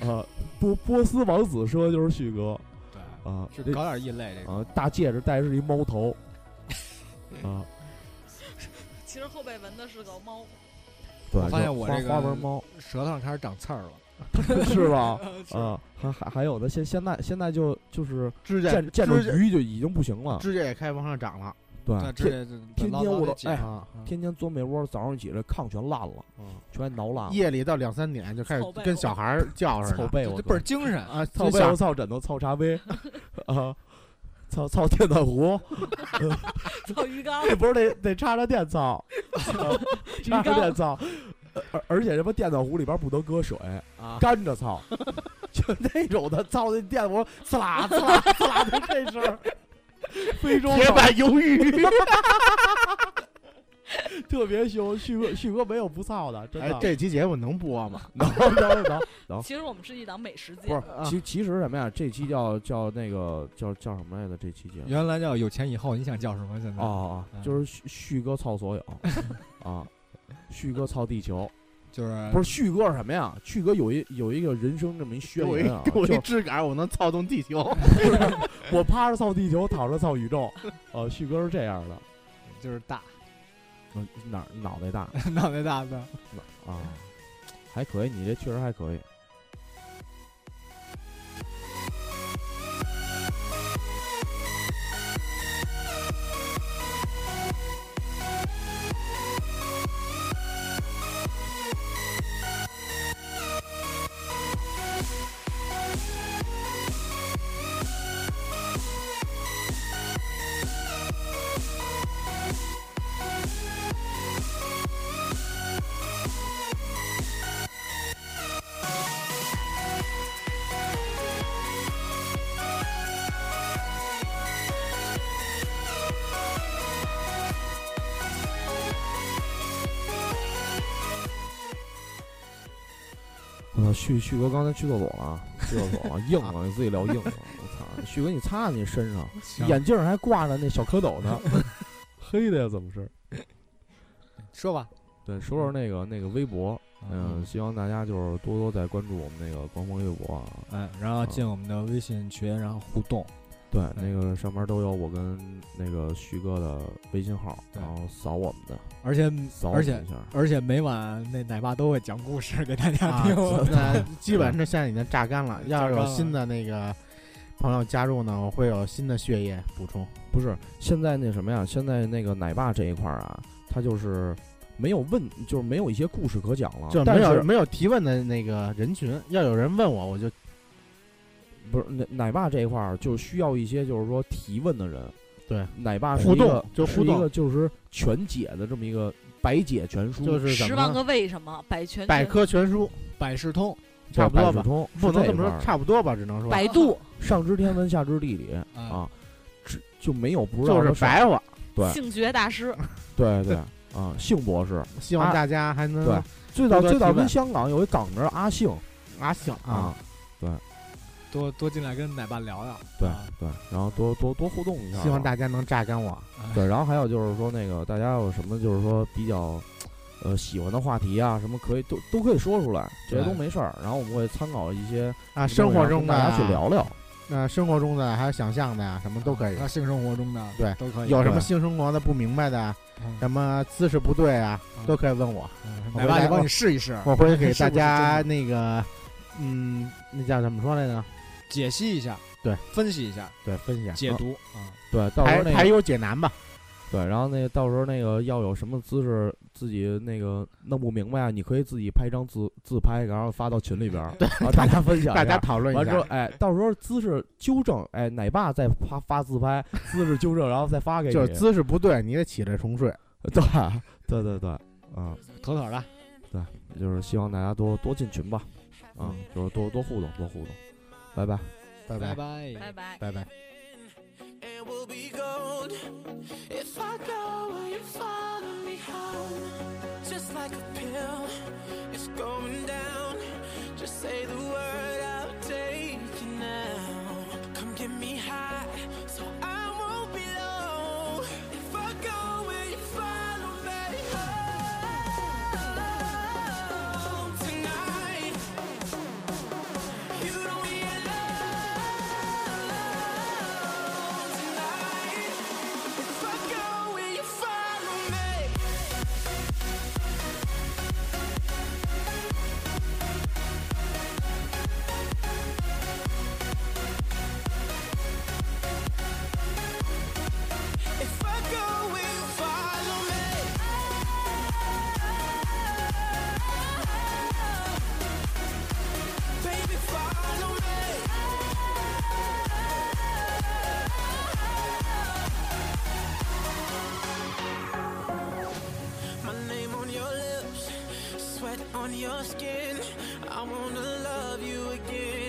S4: 呃，波波斯王子说的就是旭哥
S5: 对，
S4: 啊，
S5: 就
S4: 这
S5: 搞点异类这种，
S4: 啊大戒指戴的是一猫 头，啊，
S8: 其实后背纹的是个猫。
S4: 对，
S5: 我发现
S4: 就
S5: 我
S4: 花
S5: 这个
S4: 花纹 猫
S5: 舌头上开始长刺儿了，
S4: 是吧？
S5: 是
S4: 啊，还还还有的，现现在现在就就是
S10: 指甲
S4: 见见
S10: 指甲
S4: 着鱼就已经不行了，
S10: 指甲也开始往上长了，
S4: 对
S5: 对，，
S4: 天
S5: 这这
S4: 天
S5: 老
S4: 天
S5: 老
S4: 我
S5: 得
S4: 都
S5: 解
S4: 哎
S5: 啊嗯
S4: 天天钻被窝，早上起来炕全烂了，全给挠烂了，
S10: 夜里到两三点就开始
S8: 凑被
S10: 跟
S8: 窝
S10: 小孩儿叫似
S4: 操
S10: 的，
S4: 被
S5: 这
S4: 我
S5: 这倍儿精神，
S10: 啊，
S4: 操
S10: 凑
S4: 被
S10: 小
S4: 窝、操枕头、操茶 杯，啊，操操电暖 壶，
S8: 操鱼 缸，
S4: 这不是得得插着电 操，啊插着电操，而而且什么电暖壶里边不能搁水
S5: 啊
S4: 干着 操，就那种的操那电暖壶呲啦呲啦呲啦就这声儿，非 洲
S10: 铁
S4: 扫
S10: 板鱿鱼。
S4: 特别凶，旭哥旭哥没有不操的，真
S10: 哎
S4: 的，，
S10: 这期节目能播吗？
S4: 能能能。
S8: 其实我们是一档美食
S4: 不
S8: 节
S4: 是
S8: 目，，
S4: 其其实什么呀？这期叫叫那个叫叫什么来着？这期节目
S5: 原来叫有钱以后，你想叫什么？现在
S4: 哦，
S5: 嗯
S4: 就是旭旭哥操所 有啊，旭哥操地球，
S5: 就是
S4: 不是旭哥是什么呀？旭哥有一有一个人生这么一
S10: 给
S4: 宣
S10: 我一
S4: 言啊，
S10: 给我
S4: 就
S10: 一质感，我能操纵地球。
S4: 我趴着操地球，躺着操宇宙。呃，旭哥是这样的，
S5: 就是大
S4: 嗯哪儿脑袋大
S5: 脑袋大的，
S4: 啊，还可以，你这确实还可以。我操，旭旭哥刚才去厕所了啊，去厕 所了，硬了，你自己聊硬了。我操，旭哥你擦擦你身上，
S5: 行
S4: 眼镜儿还挂着那小蝌蚪 呢，黑的呀，怎么是？
S5: 说吧，
S4: 对，说说那个那个微博，嗯、
S5: 嗯
S4: 希望大家就是多多在关注我们那个官方微博啊。
S5: 哎，然后进我们的微信群，然后互动，
S4: 对，
S5: 对
S4: 那个上面都有我跟那个旭哥的微信号，
S5: 对
S4: 然后扫我们的，
S5: 而且
S4: 扫我
S5: 而
S4: 们
S5: 且
S4: 一下。
S5: 而且每晚那奶爸都会讲故事给大家
S10: 啊，
S5: 听。
S10: 那基本上这现在已经榨干了。要是
S5: 榨干
S10: 有
S5: 了
S10: 新的那个朋友加入呢，我会有新的血液补充。
S4: 不是，现在那什么呀？现在那个奶爸这一块儿啊，他就是没有问，就是没有一些故事可讲了。
S10: 就
S4: 但
S10: 没有
S4: 是
S10: 没有提问的那个人群，要有人问我，我就
S4: 不是奶奶爸这一块儿，就需要一些就是说提问的人。
S10: 对，
S4: 奶爸是
S10: 互
S4: 一个
S10: 动就是互
S4: 一
S10: 动
S4: 个就是全解的这么一个百解全书，
S10: 就是怎
S8: 十
S10: 么
S8: 万
S10: 呢
S8: 个为什么，百全
S10: 百科全书，
S5: 百事通
S10: 差不多
S4: 百事
S10: 吧，
S4: 通
S10: 不能
S4: 是
S10: 这么
S4: 一块
S10: 说，
S4: 儿
S10: 差不多吧，只能说
S8: 百度
S4: 上知天文下知地理
S10: 嗯
S5: 啊，
S4: 啊，这就没有不知道
S10: 就
S4: 的
S10: 是
S4: 事儿
S10: 白话。
S4: 对
S8: 性学大师，
S4: 对对啊，性博士
S10: 希望大家还能
S4: 啊对最早
S10: 多
S4: 最早
S10: 提问
S4: 跟香港有一港人阿信
S10: 啊行啊
S4: 啊，，
S5: 多多进来跟奶爸聊聊。
S4: 对
S5: 啊
S4: 对，然后多多多互动一下啊吧，
S10: 希望大家能榨干我。
S5: 啊
S4: 对，然后还有就是说那个大家有什么就是说比较。呃，喜欢的话题啊，什么可以都都可以说出来，这些
S5: 对
S4: 都没事儿。然后我们会参考一些运动
S10: 啊，生活
S4: 员
S10: 中
S4: 跟
S10: 的
S4: 大家去
S10: 啊
S4: 聊聊。
S10: 那生活中的还有想象的呀，什么都可以
S5: 还。有性生活中的
S10: 对
S5: 都可以。
S10: 有什么
S4: 啊对
S10: 性生活的不明白的，啊
S5: 嗯
S10: 什么姿势不对啊
S5: 嗯，
S10: 都可以问我，
S5: 嗯
S10: 我
S5: 奶爸
S10: 来
S5: 就帮
S10: 我
S5: 你试一 试，
S10: 我会给
S5: 是
S10: 大
S5: 不是真
S10: 家
S5: 的
S10: 那个，嗯，那叫怎么说来着？
S5: 解析一下，
S10: 对，
S5: 分析一下，
S10: 对，分享
S5: 解读啊。
S4: 对，到时
S10: 排
S4: 候那
S10: 排
S4: 个
S10: 忧解难吧。
S4: 对，然后那个到时候那个要有什么姿势自己那个弄不明白啊，你可以自己拍一张自自拍，然后发到群里边 儿，对，大家分享一下，
S10: 大家讨论一
S4: 完之后
S10: 下，，
S4: 哎，到时候姿势纠正，哎，奶爸再发发自拍，姿势纠正，然后再发给你，
S10: 就是姿势不对，你得起来重睡，
S4: 对，对对对，啊、
S5: 妥妥的。
S4: 就是希望大家多多进群吧，啊、就是多多互动，多互动，拜拜。
S10: 拜
S5: 拜。
S10: 拜
S5: 拜。
S8: 拜拜。
S10: 拜拜。
S3: and we'll be gold. If I go, will you follow me home? Just like a pill, it's going down. Just say the word, I'll take you now. Come get me high, so I won't be low. If I go, will you follow me home tonight? You don't be If I go, will you follow me? If I go, will you follow me? Baby, follow me. My name on your lips, sweat on your skin. I wanna love you again. Oh, Oh,